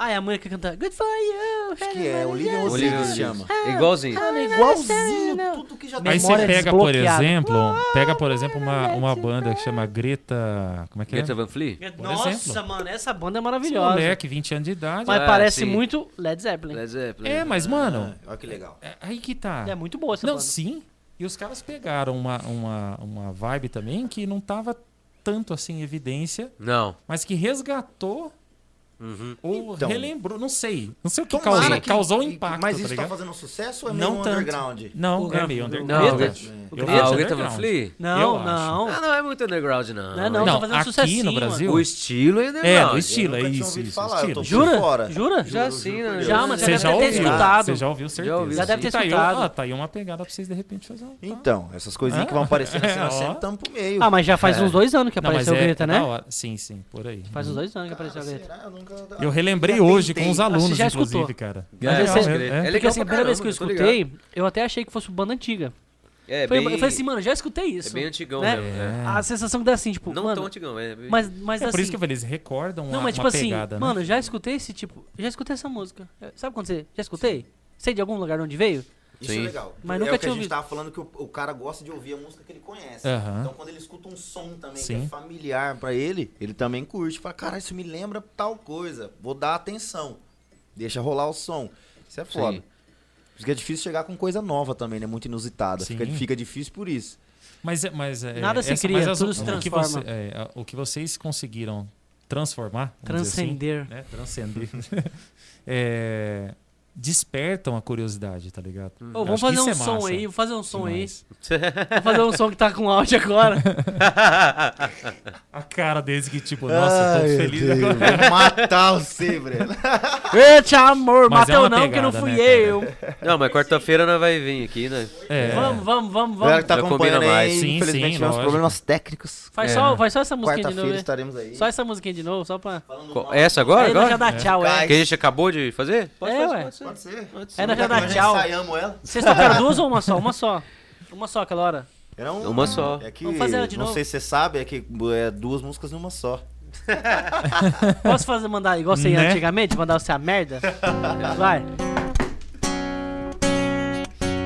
Speaker 5: Ah, é a mulher que canta Good for you.
Speaker 2: Acho que é Olivia
Speaker 3: Olivia
Speaker 2: Rodrigo
Speaker 3: Rodrigo.
Speaker 2: se chama.
Speaker 3: Igualzinho.
Speaker 5: Ela é
Speaker 2: Igualzinho tudo que já
Speaker 4: Aí
Speaker 2: teve.
Speaker 4: você
Speaker 5: né? memória é
Speaker 4: pega, por
Speaker 5: desbloqueada.
Speaker 4: exemplo, pega, por exemplo, uma, uma banda que chama Greta. Como é que
Speaker 3: Greta
Speaker 4: é?
Speaker 3: Van Fleet?
Speaker 4: Por
Speaker 5: Nossa,
Speaker 4: exemplo.
Speaker 5: mano, essa banda é
Speaker 4: Esse
Speaker 5: maravilhosa.
Speaker 4: moleque, é, 20 anos de idade.
Speaker 5: Mas
Speaker 3: Ah,
Speaker 5: parece
Speaker 3: sim.
Speaker 5: muito Led Zeppelin.
Speaker 3: Led Zeppelin.
Speaker 4: É, mas, mano,
Speaker 2: Olha que legal.
Speaker 4: é- aí que tá.
Speaker 5: É muito boa essa
Speaker 4: Não,
Speaker 5: banda.
Speaker 4: sim. E os caras pegaram uma, uma, uma vibe também que não tava tanto assim em evidência,
Speaker 3: Não.
Speaker 4: mas que resgatou
Speaker 3: Uhum.
Speaker 4: ou
Speaker 2: Então.
Speaker 4: relembrou, não sei. Não sei o que
Speaker 2: Tomara
Speaker 4: causou.
Speaker 2: que-
Speaker 4: Causou um
Speaker 2: que-
Speaker 4: impacto,
Speaker 2: Mas
Speaker 4: tá
Speaker 2: isso tá,
Speaker 4: ligado?
Speaker 2: fazendo sucesso ou é
Speaker 4: Não
Speaker 2: meio
Speaker 4: tanto.
Speaker 2: underground?
Speaker 4: Não,
Speaker 5: O-
Speaker 4: é meio
Speaker 5: o-
Speaker 4: underground.
Speaker 3: o-
Speaker 4: eu acho.
Speaker 2: o-
Speaker 4: Eu
Speaker 5: o-
Speaker 3: Ah,
Speaker 4: acho
Speaker 3: o Greta Van
Speaker 4: underground.
Speaker 3: Fleet?
Speaker 4: Eu
Speaker 5: Não,
Speaker 4: acho.
Speaker 5: não.
Speaker 3: Ah, não é muito underground, não.
Speaker 5: Não é não,
Speaker 4: Não,
Speaker 5: tá fazendo
Speaker 4: aqui
Speaker 5: sucessinho,
Speaker 4: no Brasil-
Speaker 5: mano.
Speaker 3: O estilo é
Speaker 4: É,
Speaker 3: underground.
Speaker 4: o estilo, é
Speaker 2: nunca tinha
Speaker 4: isso,
Speaker 2: ouvido
Speaker 4: isso,
Speaker 2: falar, eu
Speaker 4: estilo.
Speaker 2: tô-
Speaker 5: Jura?
Speaker 2: Fora.
Speaker 5: Jura?
Speaker 3: Já sim, né?
Speaker 5: Já, mas
Speaker 4: Você
Speaker 5: já
Speaker 4: já
Speaker 5: deve ter
Speaker 4: ouviu, Ah,
Speaker 5: escutado.
Speaker 4: você já ouviu, certeza.
Speaker 3: ouviu,
Speaker 5: Já deve ter
Speaker 4: E tá aí,
Speaker 5: escutado.
Speaker 4: ó, tá aí uma pegada pra vocês, de repente, fazer um...
Speaker 2: Então, essas coisinhas
Speaker 4: Ah.
Speaker 2: que vão aparecendo assim, nós sempre estamos pro meio.
Speaker 5: Ah, mas já faz
Speaker 3: É.
Speaker 5: uns dois anos que
Speaker 4: Não, mas
Speaker 5: apareceu o
Speaker 4: é-
Speaker 5: Greta,
Speaker 4: é
Speaker 5: né?
Speaker 4: da hora. Sim, sim, por aí.
Speaker 5: Faz uns dois anos que apareceu
Speaker 2: Cara,
Speaker 5: a Greta.
Speaker 2: será? Ah, Eu nunca...
Speaker 4: Eu relembrei
Speaker 2: Já
Speaker 4: hoje com
Speaker 2: tentei.
Speaker 4: os alunos,
Speaker 5: Ah, já
Speaker 4: inclusive,
Speaker 5: escutou.
Speaker 4: cara.
Speaker 3: Mas
Speaker 4: É,
Speaker 5: esse-
Speaker 4: é,
Speaker 3: é
Speaker 4: é.
Speaker 5: Porque
Speaker 3: legal
Speaker 5: assim, a
Speaker 3: pra
Speaker 5: primeira vez que eu
Speaker 3: caramba, tô
Speaker 5: escutei, eu até achei que fosse um banda antiga.
Speaker 3: É,
Speaker 5: Foi-
Speaker 3: bem,
Speaker 5: Eu falei assim, mano, já escutei isso.
Speaker 3: é bem antigão
Speaker 5: né?
Speaker 3: mesmo. né?
Speaker 5: A sensação que dá assim, tipo,
Speaker 3: Não tão
Speaker 5: mano,
Speaker 3: antigão, é. bem-
Speaker 5: mas, mas
Speaker 4: É
Speaker 5: assim...
Speaker 4: por isso que eu falei, eles recordam
Speaker 5: Não,
Speaker 4: uma,
Speaker 5: mas tipo
Speaker 4: uma
Speaker 5: assim,
Speaker 4: pegada, né?
Speaker 5: mano, já escutei esse tipo, já escutei essa música. É, Sabe quando você, já escutei? Sei de algum lugar de onde veio?
Speaker 2: Isso
Speaker 3: Sim.
Speaker 2: é legal.
Speaker 5: Mas
Speaker 2: é
Speaker 5: nunca
Speaker 2: o que
Speaker 5: tinha
Speaker 2: a gente
Speaker 5: ouvido.
Speaker 2: tava falando que o, o cara gosta de ouvir a música que ele conhece.
Speaker 4: Aham.
Speaker 2: Então quando ele escuta um som também que
Speaker 4: Sim.
Speaker 2: é familiar pra ele, ele também curte. Fala, cara, isso me lembra tal coisa. Vou dar atenção. Deixa rolar o som. Isso é foda.
Speaker 3: Sim.
Speaker 2: Por isso que é difícil chegar com coisa nova também, né? Muito inusitada.
Speaker 4: Sim.
Speaker 2: Fica, fica difícil por isso.
Speaker 4: Mas, é- mas é-
Speaker 5: Nada se
Speaker 4: essa-
Speaker 5: cria,
Speaker 4: mas as-
Speaker 5: tudo se
Speaker 4: O que, você,
Speaker 5: transforma.
Speaker 4: é, a- o que vocês conseguiram transformar, vamos dizer assim,
Speaker 5: Transcender.
Speaker 4: né? transcender, é, despertam a curiosidade, tá ligado?
Speaker 5: Ô, vamos
Speaker 4: Acho que
Speaker 5: fazer
Speaker 4: isso
Speaker 5: um
Speaker 4: é
Speaker 5: som
Speaker 4: massa. é
Speaker 5: aí, vou fazer um som
Speaker 4: Demais.
Speaker 5: aí. Vou fazer um som que tá com áudio agora.
Speaker 4: A cara deles que tipo, nossa, tô feliz agora.
Speaker 2: Vou matar você, Breno.
Speaker 5: Ei, te amor,
Speaker 4: Mas é
Speaker 5: bateu
Speaker 4: uma
Speaker 5: não, que não
Speaker 4: pegada,
Speaker 5: fui
Speaker 4: né, cara?
Speaker 5: eu.
Speaker 3: Não, mas quarta-feira nós vai vir aqui, né?
Speaker 4: É,
Speaker 5: Vamos, vamos, vamos,
Speaker 2: Galera
Speaker 5: vamos.
Speaker 2: que tá
Speaker 3: Já
Speaker 2: acompanhando
Speaker 3: combina
Speaker 2: aí,
Speaker 3: mais.
Speaker 4: Sim,
Speaker 2: infelizmente
Speaker 4: sim,
Speaker 2: tivemos
Speaker 4: lógico.
Speaker 2: problemas técnicos.
Speaker 5: Faz,
Speaker 3: É.
Speaker 5: só, faz só essa musiquinha de novo.
Speaker 2: Quarta-feira
Speaker 5: né?
Speaker 2: estaremos aí.
Speaker 5: Só essa musiquinha de novo, só pra.
Speaker 2: Falando
Speaker 3: Co-
Speaker 2: mal.
Speaker 3: Essa agora?
Speaker 5: Aí nós já
Speaker 3: agora?
Speaker 5: dá tchau, é.
Speaker 2: Cai.
Speaker 3: Que a gente acabou de fazer?
Speaker 5: É,
Speaker 3: fazer,
Speaker 5: ué.
Speaker 2: Pode ser.
Speaker 3: pode ser.
Speaker 5: É, nós já
Speaker 2: Será
Speaker 5: dá
Speaker 2: que nós
Speaker 5: tchau.
Speaker 2: Ensaiamos ela.
Speaker 5: Vocês tocaram duas ou uma só? Uma só. Uma só aquela hora.
Speaker 2: Era um-
Speaker 3: Uma só.
Speaker 2: É que,
Speaker 5: Vamos fazer ela de
Speaker 2: não
Speaker 5: novo?
Speaker 2: sei se você sabe, é que é duas músicas numa só.
Speaker 5: Posso fazer, mandar igual você ia
Speaker 4: Né?
Speaker 5: antigamente? Mandar você a merda? Vai.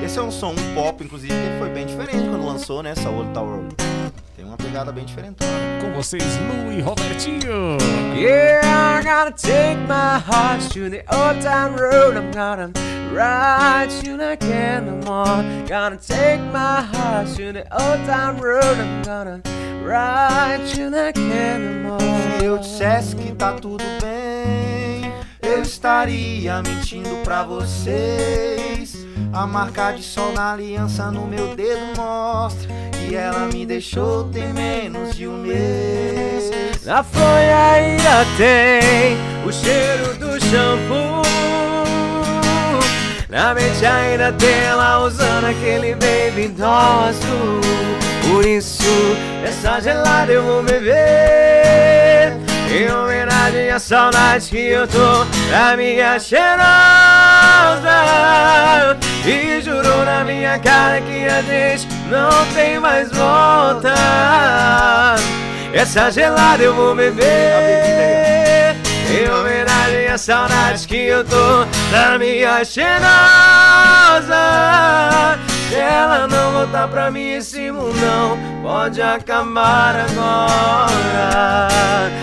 Speaker 2: Esse é um som um pop, inclusive, que foi bem diferente quando lançou, né? Saúde Tower. Tem uma pegada bem diferente.
Speaker 4: com vocês, Lu e Robertinho.
Speaker 3: Yeah, I'm gonna take my horse to the old town road. I'm gonna ride till I can no more. Gonna take my horse to the old town road. I'm gonna ride till I can no more.
Speaker 2: Se eu dissesse que tá tudo bem, eu estaria mentindo pra vocês. A marca de sol na aliança no meu dedo mostra que ela me deixou tem menos de um mês.
Speaker 3: Na fronha ainda tem o cheiro do shampoo. Na mente ainda tem ela usando aquele baby doll azul. Por isso, essa gelada eu vou beber. Em homenagem à saudade que eu tô da minha cheirosa. E jurou na minha cara que a gente não tem mais volta. Essa gelada eu vou beber Em homenagem à saudade que eu tô da minha cheirosa. Se ela não voltar pra mim, esse mundão pode acabar agora.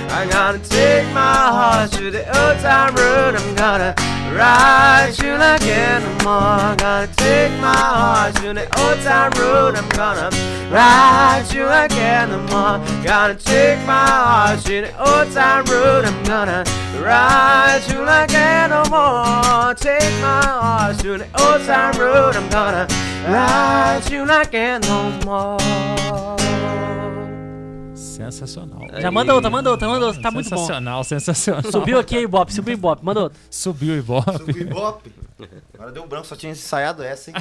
Speaker 3: I gotta take my heart to the old time road. I'm gonna ride you like animal. Gotta take my heart to the old time road. I'm gonna ride you like animal. Gotta take my heart to the old time road. I'm gonna ride you like animal. Take my heart to the old time road. I'm gonna ride you like animal.
Speaker 4: Sensacional.
Speaker 5: Já manda outra, manda outra, manda outra. Tá muito bom.
Speaker 4: sensacional, sensacional.
Speaker 5: Subiu aqui, Ibope, subiu Ibope, manda outra.
Speaker 4: Subiu o Ibope.
Speaker 2: Subiu o Ibope. Agora deu um branco, só tinha ensaiado essa, hein?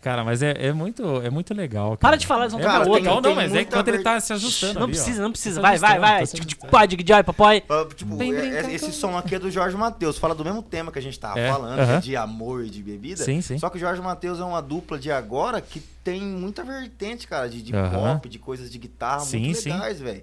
Speaker 4: Cara, mas é, é muito, é muito legal.
Speaker 5: Para
Speaker 4: cara.
Speaker 5: de falar, eles vão
Speaker 4: É
Speaker 5: trocar
Speaker 4: muito
Speaker 5: outro.
Speaker 4: legal,
Speaker 2: tem
Speaker 4: não, mas é
Speaker 2: muita
Speaker 4: enquanto ele
Speaker 2: ver-
Speaker 4: tá se ajustando.
Speaker 5: Não
Speaker 4: ali, ó.
Speaker 5: precisa, não precisa.
Speaker 4: Tá
Speaker 5: Vai, vai,
Speaker 4: ajustando,
Speaker 5: vai. Tipo,
Speaker 4: tá se
Speaker 5: Tic, tic,
Speaker 4: ajustando.
Speaker 5: pá, dig, joy, papai.
Speaker 2: Ah, Tipo,
Speaker 4: Vem
Speaker 2: é- é-
Speaker 4: brincar
Speaker 2: esse
Speaker 4: com-
Speaker 2: som aqui é do Jorge Matheus. Fala do mesmo tema que a gente tava
Speaker 4: É,
Speaker 2: falando,
Speaker 4: aham.
Speaker 2: que é de amor e de bebida.
Speaker 4: Sim, sim.
Speaker 2: Só que o Jorge Matheus é uma dupla de agora que tem muita vertente, cara, de, de
Speaker 4: Aham.
Speaker 2: pop, de coisas de guitarra
Speaker 4: Sim,
Speaker 2: muito
Speaker 4: sim.
Speaker 2: legais, velho.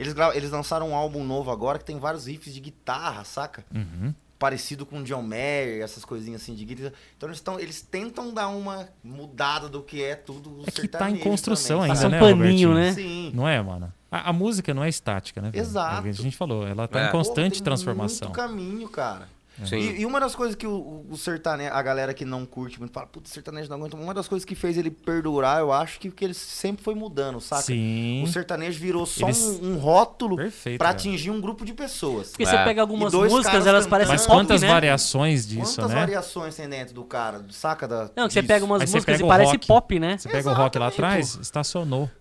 Speaker 2: Eles, gra- eles lançaram um álbum novo agora que tem vários riffs de guitarra, saca?
Speaker 4: Uhum.
Speaker 2: Parecido com o John Mayer, essas coisinhas assim de guitarra. Então eles, tão, eles tentam dar uma mudada do que é tudo
Speaker 4: É que tá em
Speaker 2: sertanejo
Speaker 4: construção
Speaker 2: também,
Speaker 4: ainda,
Speaker 5: Passa um
Speaker 2: sabe?
Speaker 4: né,
Speaker 5: paninho,
Speaker 4: Robertinho?
Speaker 5: né?
Speaker 2: Sim.
Speaker 4: Não é, mano? A, a música não é estática, né? velho?
Speaker 2: Exato.
Speaker 4: É o que a gente falou, ela tá
Speaker 3: É.
Speaker 4: em
Speaker 2: Pô,
Speaker 4: constante
Speaker 2: tem
Speaker 4: transformação.
Speaker 2: Muito caminho, cara.
Speaker 3: Sim.
Speaker 2: E, e uma das coisas que o, o- o sertanejo, a galera que não curte muito, fala, putz, sertanejo não aguenta. Uma das coisas que fez ele perdurar, eu acho, que, que ele sempre foi mudando, saca?
Speaker 4: Sim.
Speaker 2: O sertanejo virou só
Speaker 4: Eles-
Speaker 2: um, um rótulo
Speaker 4: Perfeito.
Speaker 2: pra
Speaker 4: cara.
Speaker 2: atingir um grupo de pessoas.
Speaker 5: Porque você
Speaker 3: É.
Speaker 5: pega algumas
Speaker 2: E dois
Speaker 5: músicas,
Speaker 2: caras
Speaker 5: elas
Speaker 2: cantando.
Speaker 5: parecem
Speaker 4: Mas
Speaker 5: pop,
Speaker 4: quantas
Speaker 5: né?
Speaker 4: variações disso,
Speaker 2: é Quantas
Speaker 4: né?
Speaker 2: variações tem dentro do cara, saca? Da,
Speaker 5: Não, que você
Speaker 2: disso?
Speaker 5: pega umas
Speaker 4: Aí você
Speaker 5: músicas
Speaker 4: pega
Speaker 5: e
Speaker 4: o
Speaker 5: parece
Speaker 4: rock.
Speaker 5: pop, né?
Speaker 4: Você pega o rock lá
Speaker 2: Exatamente,
Speaker 4: atrás, estacionou. tá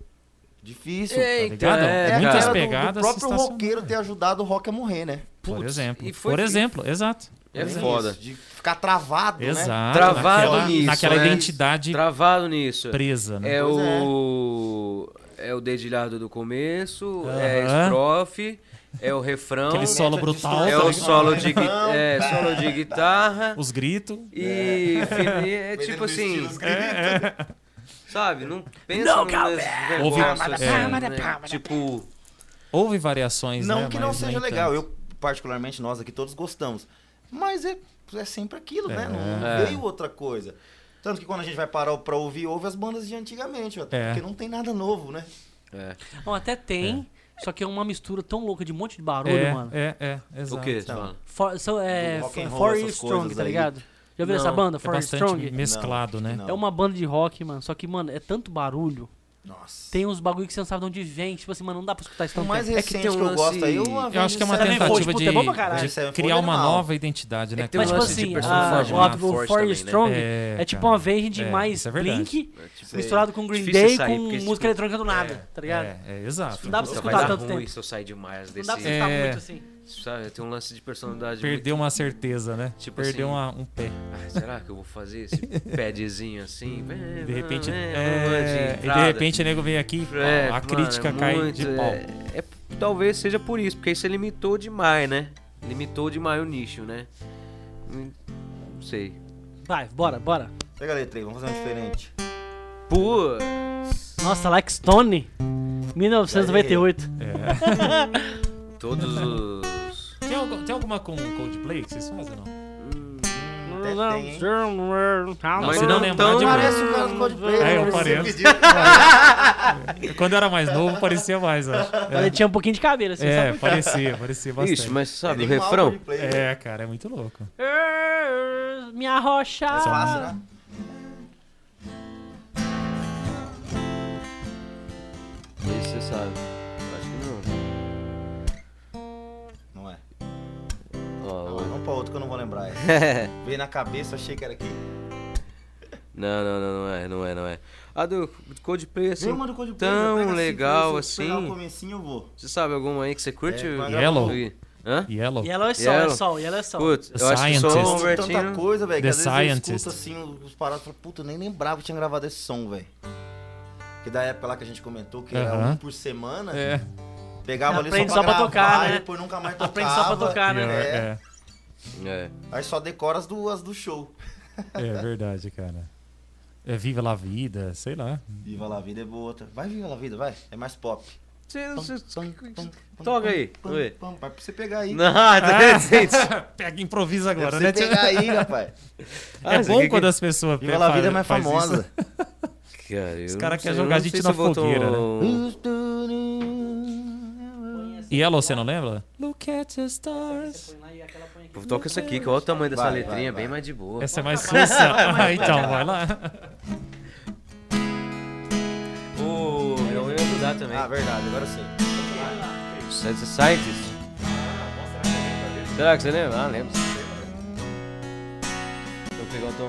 Speaker 2: Difícil.
Speaker 3: Eita,
Speaker 4: ligado?
Speaker 3: é,
Speaker 2: a
Speaker 4: Muitas
Speaker 2: cara do-
Speaker 4: pegadas
Speaker 2: do
Speaker 4: se
Speaker 2: próprio
Speaker 4: estacionam.
Speaker 2: roqueiro ter ajudado o rock a morrer, né?
Speaker 4: Por
Speaker 3: Putz,
Speaker 4: exemplo.
Speaker 3: e foi-
Speaker 4: Por exemplo, exato.
Speaker 3: É
Speaker 2: Isso,
Speaker 3: foda.
Speaker 2: De ficar travado, né?
Speaker 4: Exato.
Speaker 3: Travado
Speaker 4: naquela,
Speaker 3: nisso,
Speaker 4: naquela
Speaker 3: né?
Speaker 4: identidade
Speaker 3: Travado nisso.
Speaker 4: presa, né?
Speaker 3: É
Speaker 2: Pois é.
Speaker 3: o. É o dedilhado do começo, é
Speaker 4: Aham.
Speaker 3: a estrofe, é o refrão,
Speaker 4: Aquele solo brutal,
Speaker 3: é
Speaker 4: tá
Speaker 3: o
Speaker 4: ligado?
Speaker 3: solo de, gui- é, solo de guitarra
Speaker 4: Os gritos.
Speaker 3: e fini- é,
Speaker 2: Mas ele
Speaker 3: tipo
Speaker 2: no estilo
Speaker 3: assim,
Speaker 2: dos gritos.
Speaker 4: é.
Speaker 3: sabe? Não pensa no negócio
Speaker 4: Ouvi-
Speaker 3: assim,
Speaker 4: É.
Speaker 3: né? Tipo,
Speaker 4: Houve variações,
Speaker 2: Não
Speaker 4: né?
Speaker 2: que não
Speaker 4: Mas nem
Speaker 2: seja legal,
Speaker 4: tanto.
Speaker 2: eu particularmente nós aqui todos gostamos. Mas é, é sempre aquilo, né? Não não
Speaker 3: É.
Speaker 2: veio outra coisa. Tanto que quando a gente vai parar pra ouvir, ouve as bandas de antigamente, ó,
Speaker 4: É.
Speaker 2: porque não tem nada novo, né?
Speaker 3: é,
Speaker 5: Não, até tem, só que é uma mistura tão louca de um monte de barulho,
Speaker 4: É,
Speaker 5: mano.
Speaker 4: é, é, exato.
Speaker 3: o que?
Speaker 2: Então,
Speaker 5: For, so, é,
Speaker 2: Do rock and roll,
Speaker 5: For
Speaker 2: essas
Speaker 5: Strong,
Speaker 2: coisas
Speaker 5: tá
Speaker 2: aí.
Speaker 5: ligado? Já viu
Speaker 3: Não,
Speaker 5: essa banda,
Speaker 4: É
Speaker 5: For
Speaker 4: bastante
Speaker 5: Strong?
Speaker 4: mesclado,
Speaker 2: Não,
Speaker 4: né?
Speaker 2: acho que
Speaker 5: É uma banda de rock, mano. Só que, mano, é tanto barulho.
Speaker 2: Nossa.
Speaker 5: Tem uns bagulho que você não sabe de onde vem. Tipo assim, mano, não dá pra escutar isso
Speaker 2: O
Speaker 5: tão
Speaker 2: mais
Speaker 5: tempo.
Speaker 3: É que tem
Speaker 2: recente que,
Speaker 3: um
Speaker 2: eu
Speaker 3: lance-
Speaker 2: gosto aí, eu
Speaker 4: Eu acho que é uma
Speaker 5: Seven Fold,
Speaker 4: tentativa
Speaker 5: puta,
Speaker 4: de,
Speaker 5: é bom pra caralho.
Speaker 4: de
Speaker 2: Seven Fold
Speaker 4: criar
Speaker 2: é
Speaker 4: uma
Speaker 2: animal.
Speaker 4: nova identidade, né?
Speaker 3: É que tem
Speaker 5: Mas,
Speaker 4: cara?
Speaker 5: tipo
Speaker 3: lance de
Speaker 5: assim, a,
Speaker 3: personagem
Speaker 5: o álbum
Speaker 3: forte
Speaker 5: For
Speaker 3: também, né?
Speaker 5: Strong
Speaker 4: É,
Speaker 5: é, tipo
Speaker 4: cara.
Speaker 5: uma veia de
Speaker 4: É,
Speaker 5: mais
Speaker 4: isso é verdade.
Speaker 5: Blink
Speaker 3: tipo,
Speaker 5: misturado com Green
Speaker 3: difícil
Speaker 5: Day
Speaker 3: sair,
Speaker 5: com
Speaker 3: porque esse tipo-
Speaker 5: música eletrônica do nada, tá ligado?
Speaker 4: É, é, exato.
Speaker 5: Não dá pra
Speaker 3: Puta,
Speaker 5: escutar
Speaker 3: vai dar
Speaker 5: tanto
Speaker 3: ruim
Speaker 5: tempo.
Speaker 3: se eu sair demais
Speaker 5: Não dá pra
Speaker 3: desse.
Speaker 5: escutar
Speaker 4: É.
Speaker 5: muito assim.
Speaker 3: Sabe, tem um lance de personalidade.
Speaker 4: Perdeu uma certeza, né?
Speaker 3: Tipo
Speaker 4: Perdeu
Speaker 3: assim,
Speaker 4: uma- um pé.
Speaker 3: muito- Ah, será que eu vou fazer esse padzinho assim?
Speaker 4: Hum, De repente,
Speaker 5: né?
Speaker 3: é,
Speaker 4: é, e de repente o nego vem aqui, ó,
Speaker 3: É,
Speaker 4: a
Speaker 3: mano,
Speaker 4: crítica
Speaker 3: é
Speaker 4: cai
Speaker 3: muito,
Speaker 4: de pau.
Speaker 3: É, é- talvez seja por isso, porque aí você limitou demais, né? Limitou demais o nicho, né? Hum, Não sei.
Speaker 5: Vai, bora, bora.
Speaker 2: Pega a letra aí, vamos fazer um diferente.
Speaker 4: Tipo,
Speaker 3: Pô,
Speaker 5: Nossa, Like Stone, 1998.
Speaker 4: É.
Speaker 3: todos os.
Speaker 4: Tem, algu- tem alguma com Coldplay que vocês fazem, não?
Speaker 2: Hum, até tem, hein?
Speaker 4: Não, se não é. lembrar
Speaker 3: então
Speaker 4: de-
Speaker 2: Tipo, Parece o cara do Coldplay.
Speaker 4: É,
Speaker 2: né?
Speaker 4: eu
Speaker 2: Você
Speaker 4: pareço.
Speaker 2: pediu.
Speaker 4: Quando eu era mais novo, parecia mais, acho.
Speaker 5: Ele tinha um pouquinho de cabelo, assim,
Speaker 4: É,
Speaker 5: sabe?
Speaker 4: parecia, parecia bastante.
Speaker 3: Isso, mas sabe, o
Speaker 2: Animal
Speaker 3: refrão?
Speaker 2: Coldplay, né?
Speaker 4: É, cara, é muito louco.
Speaker 5: Eh, Minha rocha.
Speaker 2: É
Speaker 4: um-
Speaker 2: fácil, né?
Speaker 3: Esse você sabe. Acho que
Speaker 2: Não é.
Speaker 3: não. Ó,
Speaker 2: Não,
Speaker 3: o-
Speaker 2: vamos pra outro que eu não vou lembrar. Veio na cabeça, achei que era aqui.
Speaker 3: não, não, não, não é, não é, não é. A do Coldplay, assim,
Speaker 2: Vem um uma do Coldplay, já
Speaker 3: tão
Speaker 2: pega assim,
Speaker 3: legal
Speaker 2: se eu
Speaker 3: assim.
Speaker 2: pegar o comecinho, eu vou.
Speaker 3: Você sabe alguma aí que você curte?
Speaker 2: É, mas-
Speaker 4: Yellow,
Speaker 3: Hã?
Speaker 4: Yellow.
Speaker 5: E ela é sol,
Speaker 3: Yellow.
Speaker 5: é sol, e ela é sol.
Speaker 3: Putz,
Speaker 4: The
Speaker 3: eu acho que só o
Speaker 4: Scientist.
Speaker 2: tanta
Speaker 3: Robertinho...
Speaker 2: coisa, velho, que
Speaker 4: The
Speaker 2: às vezes eu
Speaker 4: Scientist.
Speaker 2: escuto assim os parados e falo, puta, eu nem lembrava que tinha gravado esse som, velho. Que da época lá que a gente comentou, que era
Speaker 4: Aham.
Speaker 2: um por semana,
Speaker 4: É,
Speaker 2: pegava ali só
Speaker 5: Aprende
Speaker 2: pra,
Speaker 5: só pra
Speaker 2: gravar,
Speaker 5: tocar,
Speaker 2: e
Speaker 5: né?
Speaker 2: depois nunca mais tocava.
Speaker 5: Aprende só pra tocar,
Speaker 4: é,
Speaker 5: né?
Speaker 2: É.
Speaker 4: é,
Speaker 3: É.
Speaker 2: Aí só decora as duas do show.
Speaker 4: é verdade, cara. É Viva la Vida, sei lá.
Speaker 2: Viva La Vida é boa. outra. Vai Viva La Vida, vai. É mais pop.
Speaker 3: Você, você,
Speaker 2: Pam, pam, pam, pam,
Speaker 3: Toca
Speaker 2: pam,
Speaker 3: aí,
Speaker 2: pam,
Speaker 3: vamos ver.
Speaker 2: pam, Vai pra você pegar aí.
Speaker 3: Não,
Speaker 4: Ah, pega, improvisa
Speaker 2: Pra
Speaker 4: agora,
Speaker 2: você
Speaker 4: né?
Speaker 2: pegar aí, rapaz.
Speaker 3: Ah,
Speaker 4: é
Speaker 3: você
Speaker 4: bom
Speaker 3: quer que-
Speaker 4: quando as pessoas
Speaker 2: Viva La Vida é
Speaker 4: fa-
Speaker 2: mais
Speaker 4: faz isso.
Speaker 2: famosa.
Speaker 3: Cara,
Speaker 4: Os
Speaker 3: eu
Speaker 4: cara
Speaker 3: não
Speaker 4: quer
Speaker 3: sei- eu
Speaker 4: jogar
Speaker 3: não
Speaker 4: a gente
Speaker 3: sei se eu
Speaker 4: na
Speaker 3: um- vou tão-
Speaker 4: fogueira, né? E ela, você não lembra? Look at the stars.
Speaker 3: Pô, Toca isso aqui, que olha o tamanho dessa
Speaker 2: Vai, vai,
Speaker 3: letrinha,
Speaker 2: vai.
Speaker 3: bem mais de boa.
Speaker 4: Essa é mais sussa. Ah, então, vai lá.
Speaker 3: Ô, eu ia ajudar também.
Speaker 2: Ah, verdade, agora sim.
Speaker 3: Sa- sa- Scientist. Será que você lembra? Ah, lembro. Vou pegar o tom.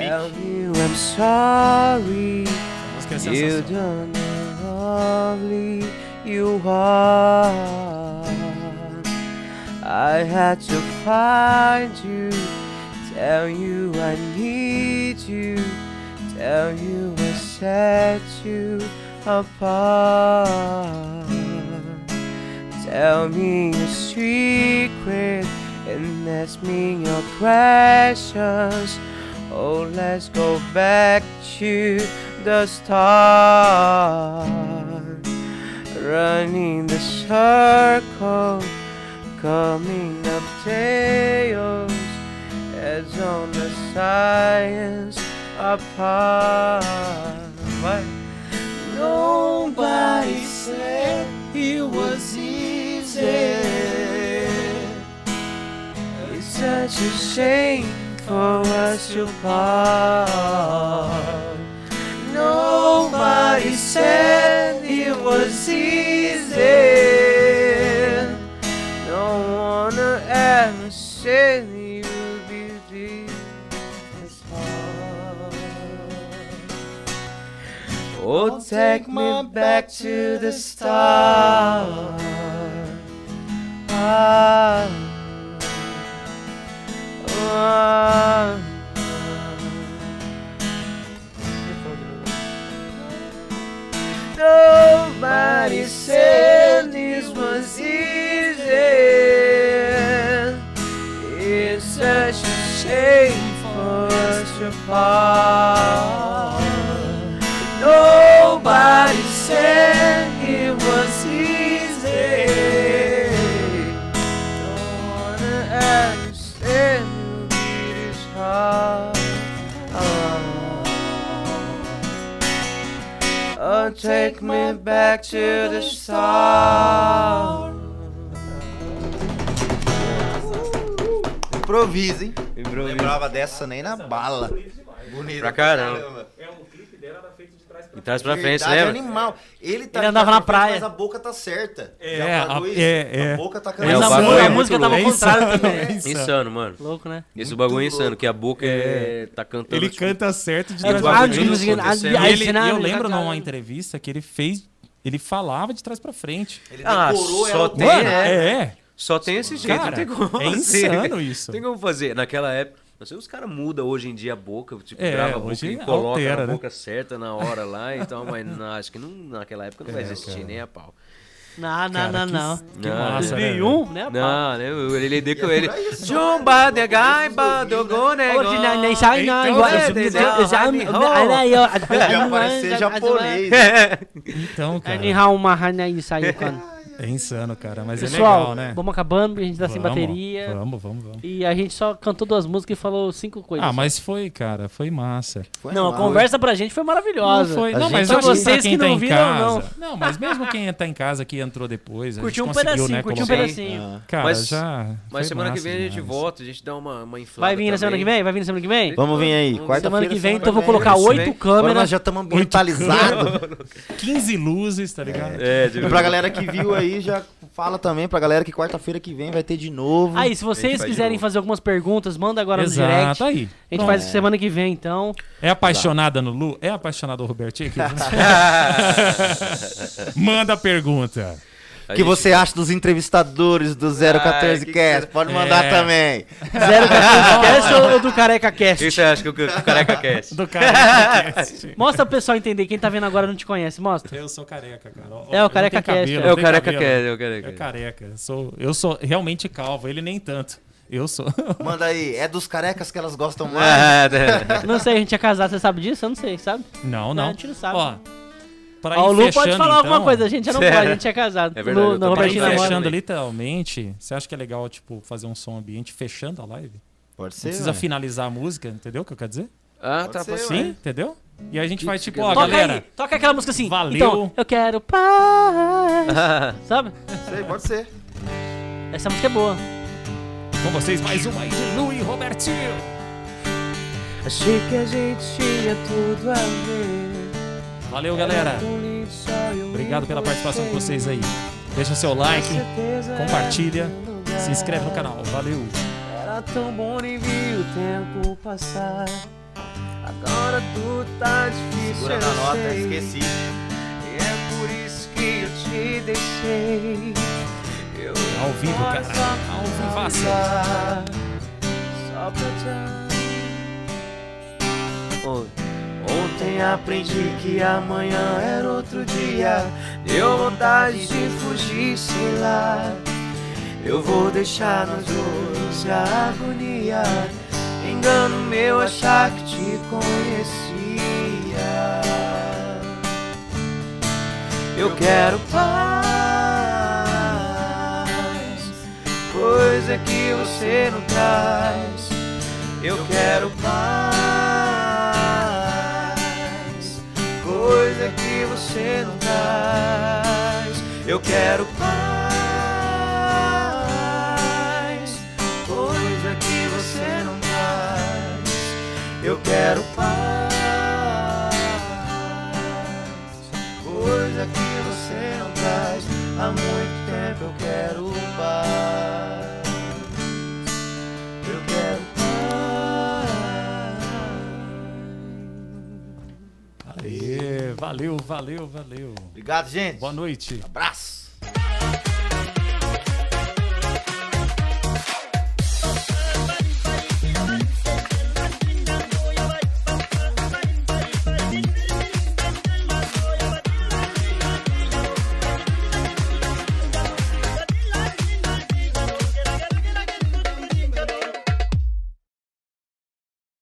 Speaker 3: Tell you I'm sorry.
Speaker 4: Música é
Speaker 3: You
Speaker 4: sensacional.
Speaker 3: don't know how lovely you are. I had to find you, tell you I need you, tell you I set you apart. Tell me your secret and ask me your questions. Oh, let's go back to the start. Running the circle, coming up tails, heads on the science apart. But nobody said it was easy. It's such a shame for us to part. Nobody said it was easy. No one ever said it would be this hard. Oh, take me back to the start. Ah, ah, ah. Nobody said this was easy. It's such a shame for us to part. Nobody said it was easy. No one understand you beat his heart. Oh, take me back to the start.
Speaker 2: Improvisa, hein? Não Lembrava dessa nem na bala. Bonito.
Speaker 3: Pra caramba. E traz pra frente,
Speaker 2: Verdade, é
Speaker 3: lembra?
Speaker 2: animal. Ele tá
Speaker 5: Ele andava na
Speaker 2: pra frente,
Speaker 5: praia.
Speaker 2: Mas a boca tá certa.
Speaker 4: É,
Speaker 2: Já
Speaker 4: a-
Speaker 2: falou isso?
Speaker 4: é, é.
Speaker 2: A boca tá
Speaker 5: Mas
Speaker 3: É, o
Speaker 5: a,
Speaker 3: bagulho é
Speaker 5: música- a
Speaker 3: muito
Speaker 5: música tava
Speaker 4: É
Speaker 5: ao contrário
Speaker 4: insano,
Speaker 5: também.
Speaker 4: é insano.
Speaker 3: Insano, mano.
Speaker 5: Louco, né?
Speaker 3: Esse
Speaker 2: Muito
Speaker 3: bagulho é
Speaker 2: louco.
Speaker 3: insano, que a boca é... tá cantando.
Speaker 4: Ele
Speaker 3: tipo,
Speaker 4: canta certo de
Speaker 5: É,
Speaker 4: trás
Speaker 3: o
Speaker 4: pra
Speaker 3: áudio
Speaker 4: frente.
Speaker 3: musical.
Speaker 4: E
Speaker 3: Ah,
Speaker 4: ele- e eu lembro numa
Speaker 5: não
Speaker 4: entrevista que ele fez. Ele falava de trás pra frente.
Speaker 2: Ele
Speaker 3: Ah,
Speaker 2: decorou
Speaker 3: só
Speaker 2: ela
Speaker 3: tem-
Speaker 2: toda.
Speaker 4: Mano, é. é.
Speaker 3: Só tem esse jeito,
Speaker 4: Cara,
Speaker 3: não tem como
Speaker 4: é
Speaker 3: fazer.
Speaker 4: insano isso.
Speaker 3: Não tem como fazer. Naquela época, não sei, os caras mudam hoje em dia a boca, tipo,
Speaker 4: É,
Speaker 3: grava a boca
Speaker 4: hoje
Speaker 3: e coloca
Speaker 4: altera,
Speaker 3: na
Speaker 4: né?
Speaker 3: boca certa na hora lá e tal, mas não, acho que não, naquela época não
Speaker 4: É,
Speaker 3: vai existir nem a pau.
Speaker 5: Não, não,
Speaker 4: Cara,
Speaker 5: não,
Speaker 4: que-
Speaker 5: não.
Speaker 4: Que
Speaker 3: Não,
Speaker 4: massa, né? velho?
Speaker 5: 2001, né? pá?
Speaker 3: Não, né? eu- Ele deu com
Speaker 2: E é
Speaker 3: ele.
Speaker 2: por aí, só,
Speaker 3: Jumba
Speaker 2: né?
Speaker 3: de gaiba do né, gonego.
Speaker 5: Hoje não, nem sai não,
Speaker 4: Então,
Speaker 5: igual-
Speaker 4: é,
Speaker 5: já-
Speaker 3: entendeu?
Speaker 5: já-
Speaker 3: Annie Hall.
Speaker 5: olha aí, ó.
Speaker 2: Podia parecer japonês.
Speaker 4: Então, cara.
Speaker 5: Annie Hall, uma rainha aí saiu quando.
Speaker 4: É insano, cara. Mas é
Speaker 5: Pessoal,
Speaker 4: legal, né?
Speaker 5: vamos acabando, porque a gente tá sem
Speaker 4: Vamos,
Speaker 5: bateria.
Speaker 4: Vamos, vamos, vamos.
Speaker 5: E a gente só cantou duas músicas e falou cinco coisas.
Speaker 4: Ah, mas foi, cara. Foi massa.
Speaker 2: Foi
Speaker 5: Não, a
Speaker 2: mal.
Speaker 5: conversa pra gente foi maravilhosa.
Speaker 4: Não, foi-
Speaker 2: A
Speaker 4: não, mas
Speaker 5: gente-
Speaker 4: eu acho que
Speaker 5: Vocês
Speaker 4: pra quem
Speaker 5: que
Speaker 4: tá
Speaker 5: não
Speaker 4: em
Speaker 5: viram,
Speaker 4: casa. Não. mas mesmo quem tá em casa que entrou depois. a gente
Speaker 5: Curtiu um
Speaker 4: conseguiu,
Speaker 5: pedacinho,
Speaker 4: né,
Speaker 5: curtiu um
Speaker 4: colocar.
Speaker 5: pedacinho.
Speaker 2: Ah,
Speaker 4: Cara,
Speaker 3: Mas-
Speaker 4: já. foi
Speaker 3: Mas semana que
Speaker 4: massa
Speaker 3: vem a gente
Speaker 4: demais.
Speaker 3: volta, a gente dá uma, uma inflada.
Speaker 5: Vai vir na semana que
Speaker 3: também.
Speaker 5: vem? Vai vir na semana que vem?
Speaker 2: Vamos vir aí.
Speaker 3: Semana
Speaker 2: Quarta-feira.
Speaker 5: Semana que vem,
Speaker 2: semana
Speaker 5: então eu vou
Speaker 2: que vem.
Speaker 5: colocar
Speaker 3: Semana que
Speaker 5: oito
Speaker 3: vem.
Speaker 2: Agora nós
Speaker 5: câmeras.
Speaker 2: já estamos ambientalizados.
Speaker 4: 15 luzes, tá ligado?
Speaker 3: É, de
Speaker 2: E pra galera que viu aí, já fala também pra galera que quarta-feira que vem vai ter de novo.
Speaker 5: Aí,
Speaker 3: A gente
Speaker 5: se vocês
Speaker 3: faz de
Speaker 5: quiserem
Speaker 3: novo.
Speaker 5: fazer algumas perguntas, manda agora no direct.
Speaker 4: Exato, tá
Speaker 5: A
Speaker 4: aí.
Speaker 5: gente
Speaker 4: Pronto.
Speaker 5: faz semana que vem, então.
Speaker 4: É apaixonada no Lu? É apaixonada no Robertinho? Manda a pergunta.
Speaker 2: O que você acha dos entrevistadores do 014
Speaker 3: que
Speaker 2: Cast? Pode mandar
Speaker 4: É.
Speaker 2: também.
Speaker 5: Zero Cast ou do Careca
Speaker 3: O que
Speaker 5: Cast?
Speaker 3: você
Speaker 2: é-
Speaker 3: acha que o, que o careca quer?
Speaker 4: Do Careca
Speaker 5: Mostra pro pessoal entender. Quem tá vendo agora não te conhece. Mostra.
Speaker 4: Eu sou careca, cara. Ó,
Speaker 5: É, o
Speaker 4: eu não tenho
Speaker 5: careca cast,
Speaker 4: cabelo,
Speaker 5: é
Speaker 4: eu
Speaker 3: É o
Speaker 4: tenho
Speaker 3: careca
Speaker 4: cabelo.
Speaker 3: quer, é o
Speaker 4: É
Speaker 3: careca.
Speaker 4: careca. Sou, eu sou realmente calvo, ele nem tanto. Eu sou.
Speaker 2: Manda aí, é dos carecas que elas gostam mais.
Speaker 6: Ah, né?
Speaker 5: Não sei, a gente ia casar, você sabe disso? Eu não sei, sabe?
Speaker 4: Não,
Speaker 5: Não,
Speaker 4: não.
Speaker 5: a gente não sabe.
Speaker 4: Ó, pra
Speaker 5: Ó, o
Speaker 4: ir
Speaker 5: Lu pode
Speaker 4: Tá fechando,
Speaker 5: falar alguma
Speaker 4: então,
Speaker 5: coisa, a gente já não
Speaker 6: É.
Speaker 5: pode, a gente é casado.
Speaker 6: É verdade,
Speaker 5: no,
Speaker 6: eu
Speaker 5: no
Speaker 6: também
Speaker 4: Pra ir
Speaker 5: Robertinho
Speaker 6: Imagina, mano.
Speaker 4: fechando
Speaker 5: Namora.
Speaker 4: literalmente, você acha que é legal, tipo, fazer um som ambiente fechando a live? Não
Speaker 2: Pode ser.
Speaker 4: precisa
Speaker 2: ué.
Speaker 4: finalizar a música, entendeu o que eu quero dizer?
Speaker 6: ah,
Speaker 2: Pode
Speaker 6: tá,
Speaker 2: ser,
Speaker 6: pode
Speaker 4: Sim,
Speaker 2: ué.
Speaker 6: sim.
Speaker 4: entendeu? E a gente
Speaker 6: Que
Speaker 4: vai, tipo,
Speaker 6: legal.
Speaker 4: ó,
Speaker 5: Toca
Speaker 4: galera.
Speaker 5: aí, toca aquela música assim.
Speaker 4: Valeu.
Speaker 5: Então, eu quero paz. Sabe?
Speaker 2: Sei, pode ser.
Speaker 5: Essa música é boa.
Speaker 4: Com vocês, mais uma aí de Lu e Robertinho.
Speaker 3: Achei que a gente tinha tudo a ver. Um
Speaker 4: Valeu, galera. Obrigado pela participação de vocês aí. Deixa seu like, compartilha, se inscreve no canal. Valeu.
Speaker 3: Era tão bom nem vi o tempo passar. Agora tudo tá difícil.
Speaker 2: Segura
Speaker 3: eu
Speaker 2: na nota,
Speaker 3: sei.
Speaker 2: esqueci.
Speaker 3: E é por isso que eu te deixei. Eu
Speaker 4: Ao vivo,
Speaker 3: agora
Speaker 4: cara.
Speaker 3: só
Speaker 4: Ao
Speaker 3: pra
Speaker 4: vivaço.
Speaker 3: usar, Só pra te
Speaker 6: Oi.
Speaker 3: Ontem aprendi que amanhã era outro dia. Deu vontade de fugir, sei lá. Eu vou deixar nós dois a agonia. Engano meu achar que te conhecia. Eu quero paz, coisa que você não traz. Eu quero paz, coisa que você não traz. Eu quero paz, coisa que você não traz. Eu quero paz, coisa que você não traz. Há muito tempo eu quero paz. Eu quero paz.
Speaker 4: Aê, valeu, valeu, valeu.
Speaker 2: Obrigado, gente.
Speaker 4: Boa noite.
Speaker 2: Abraço.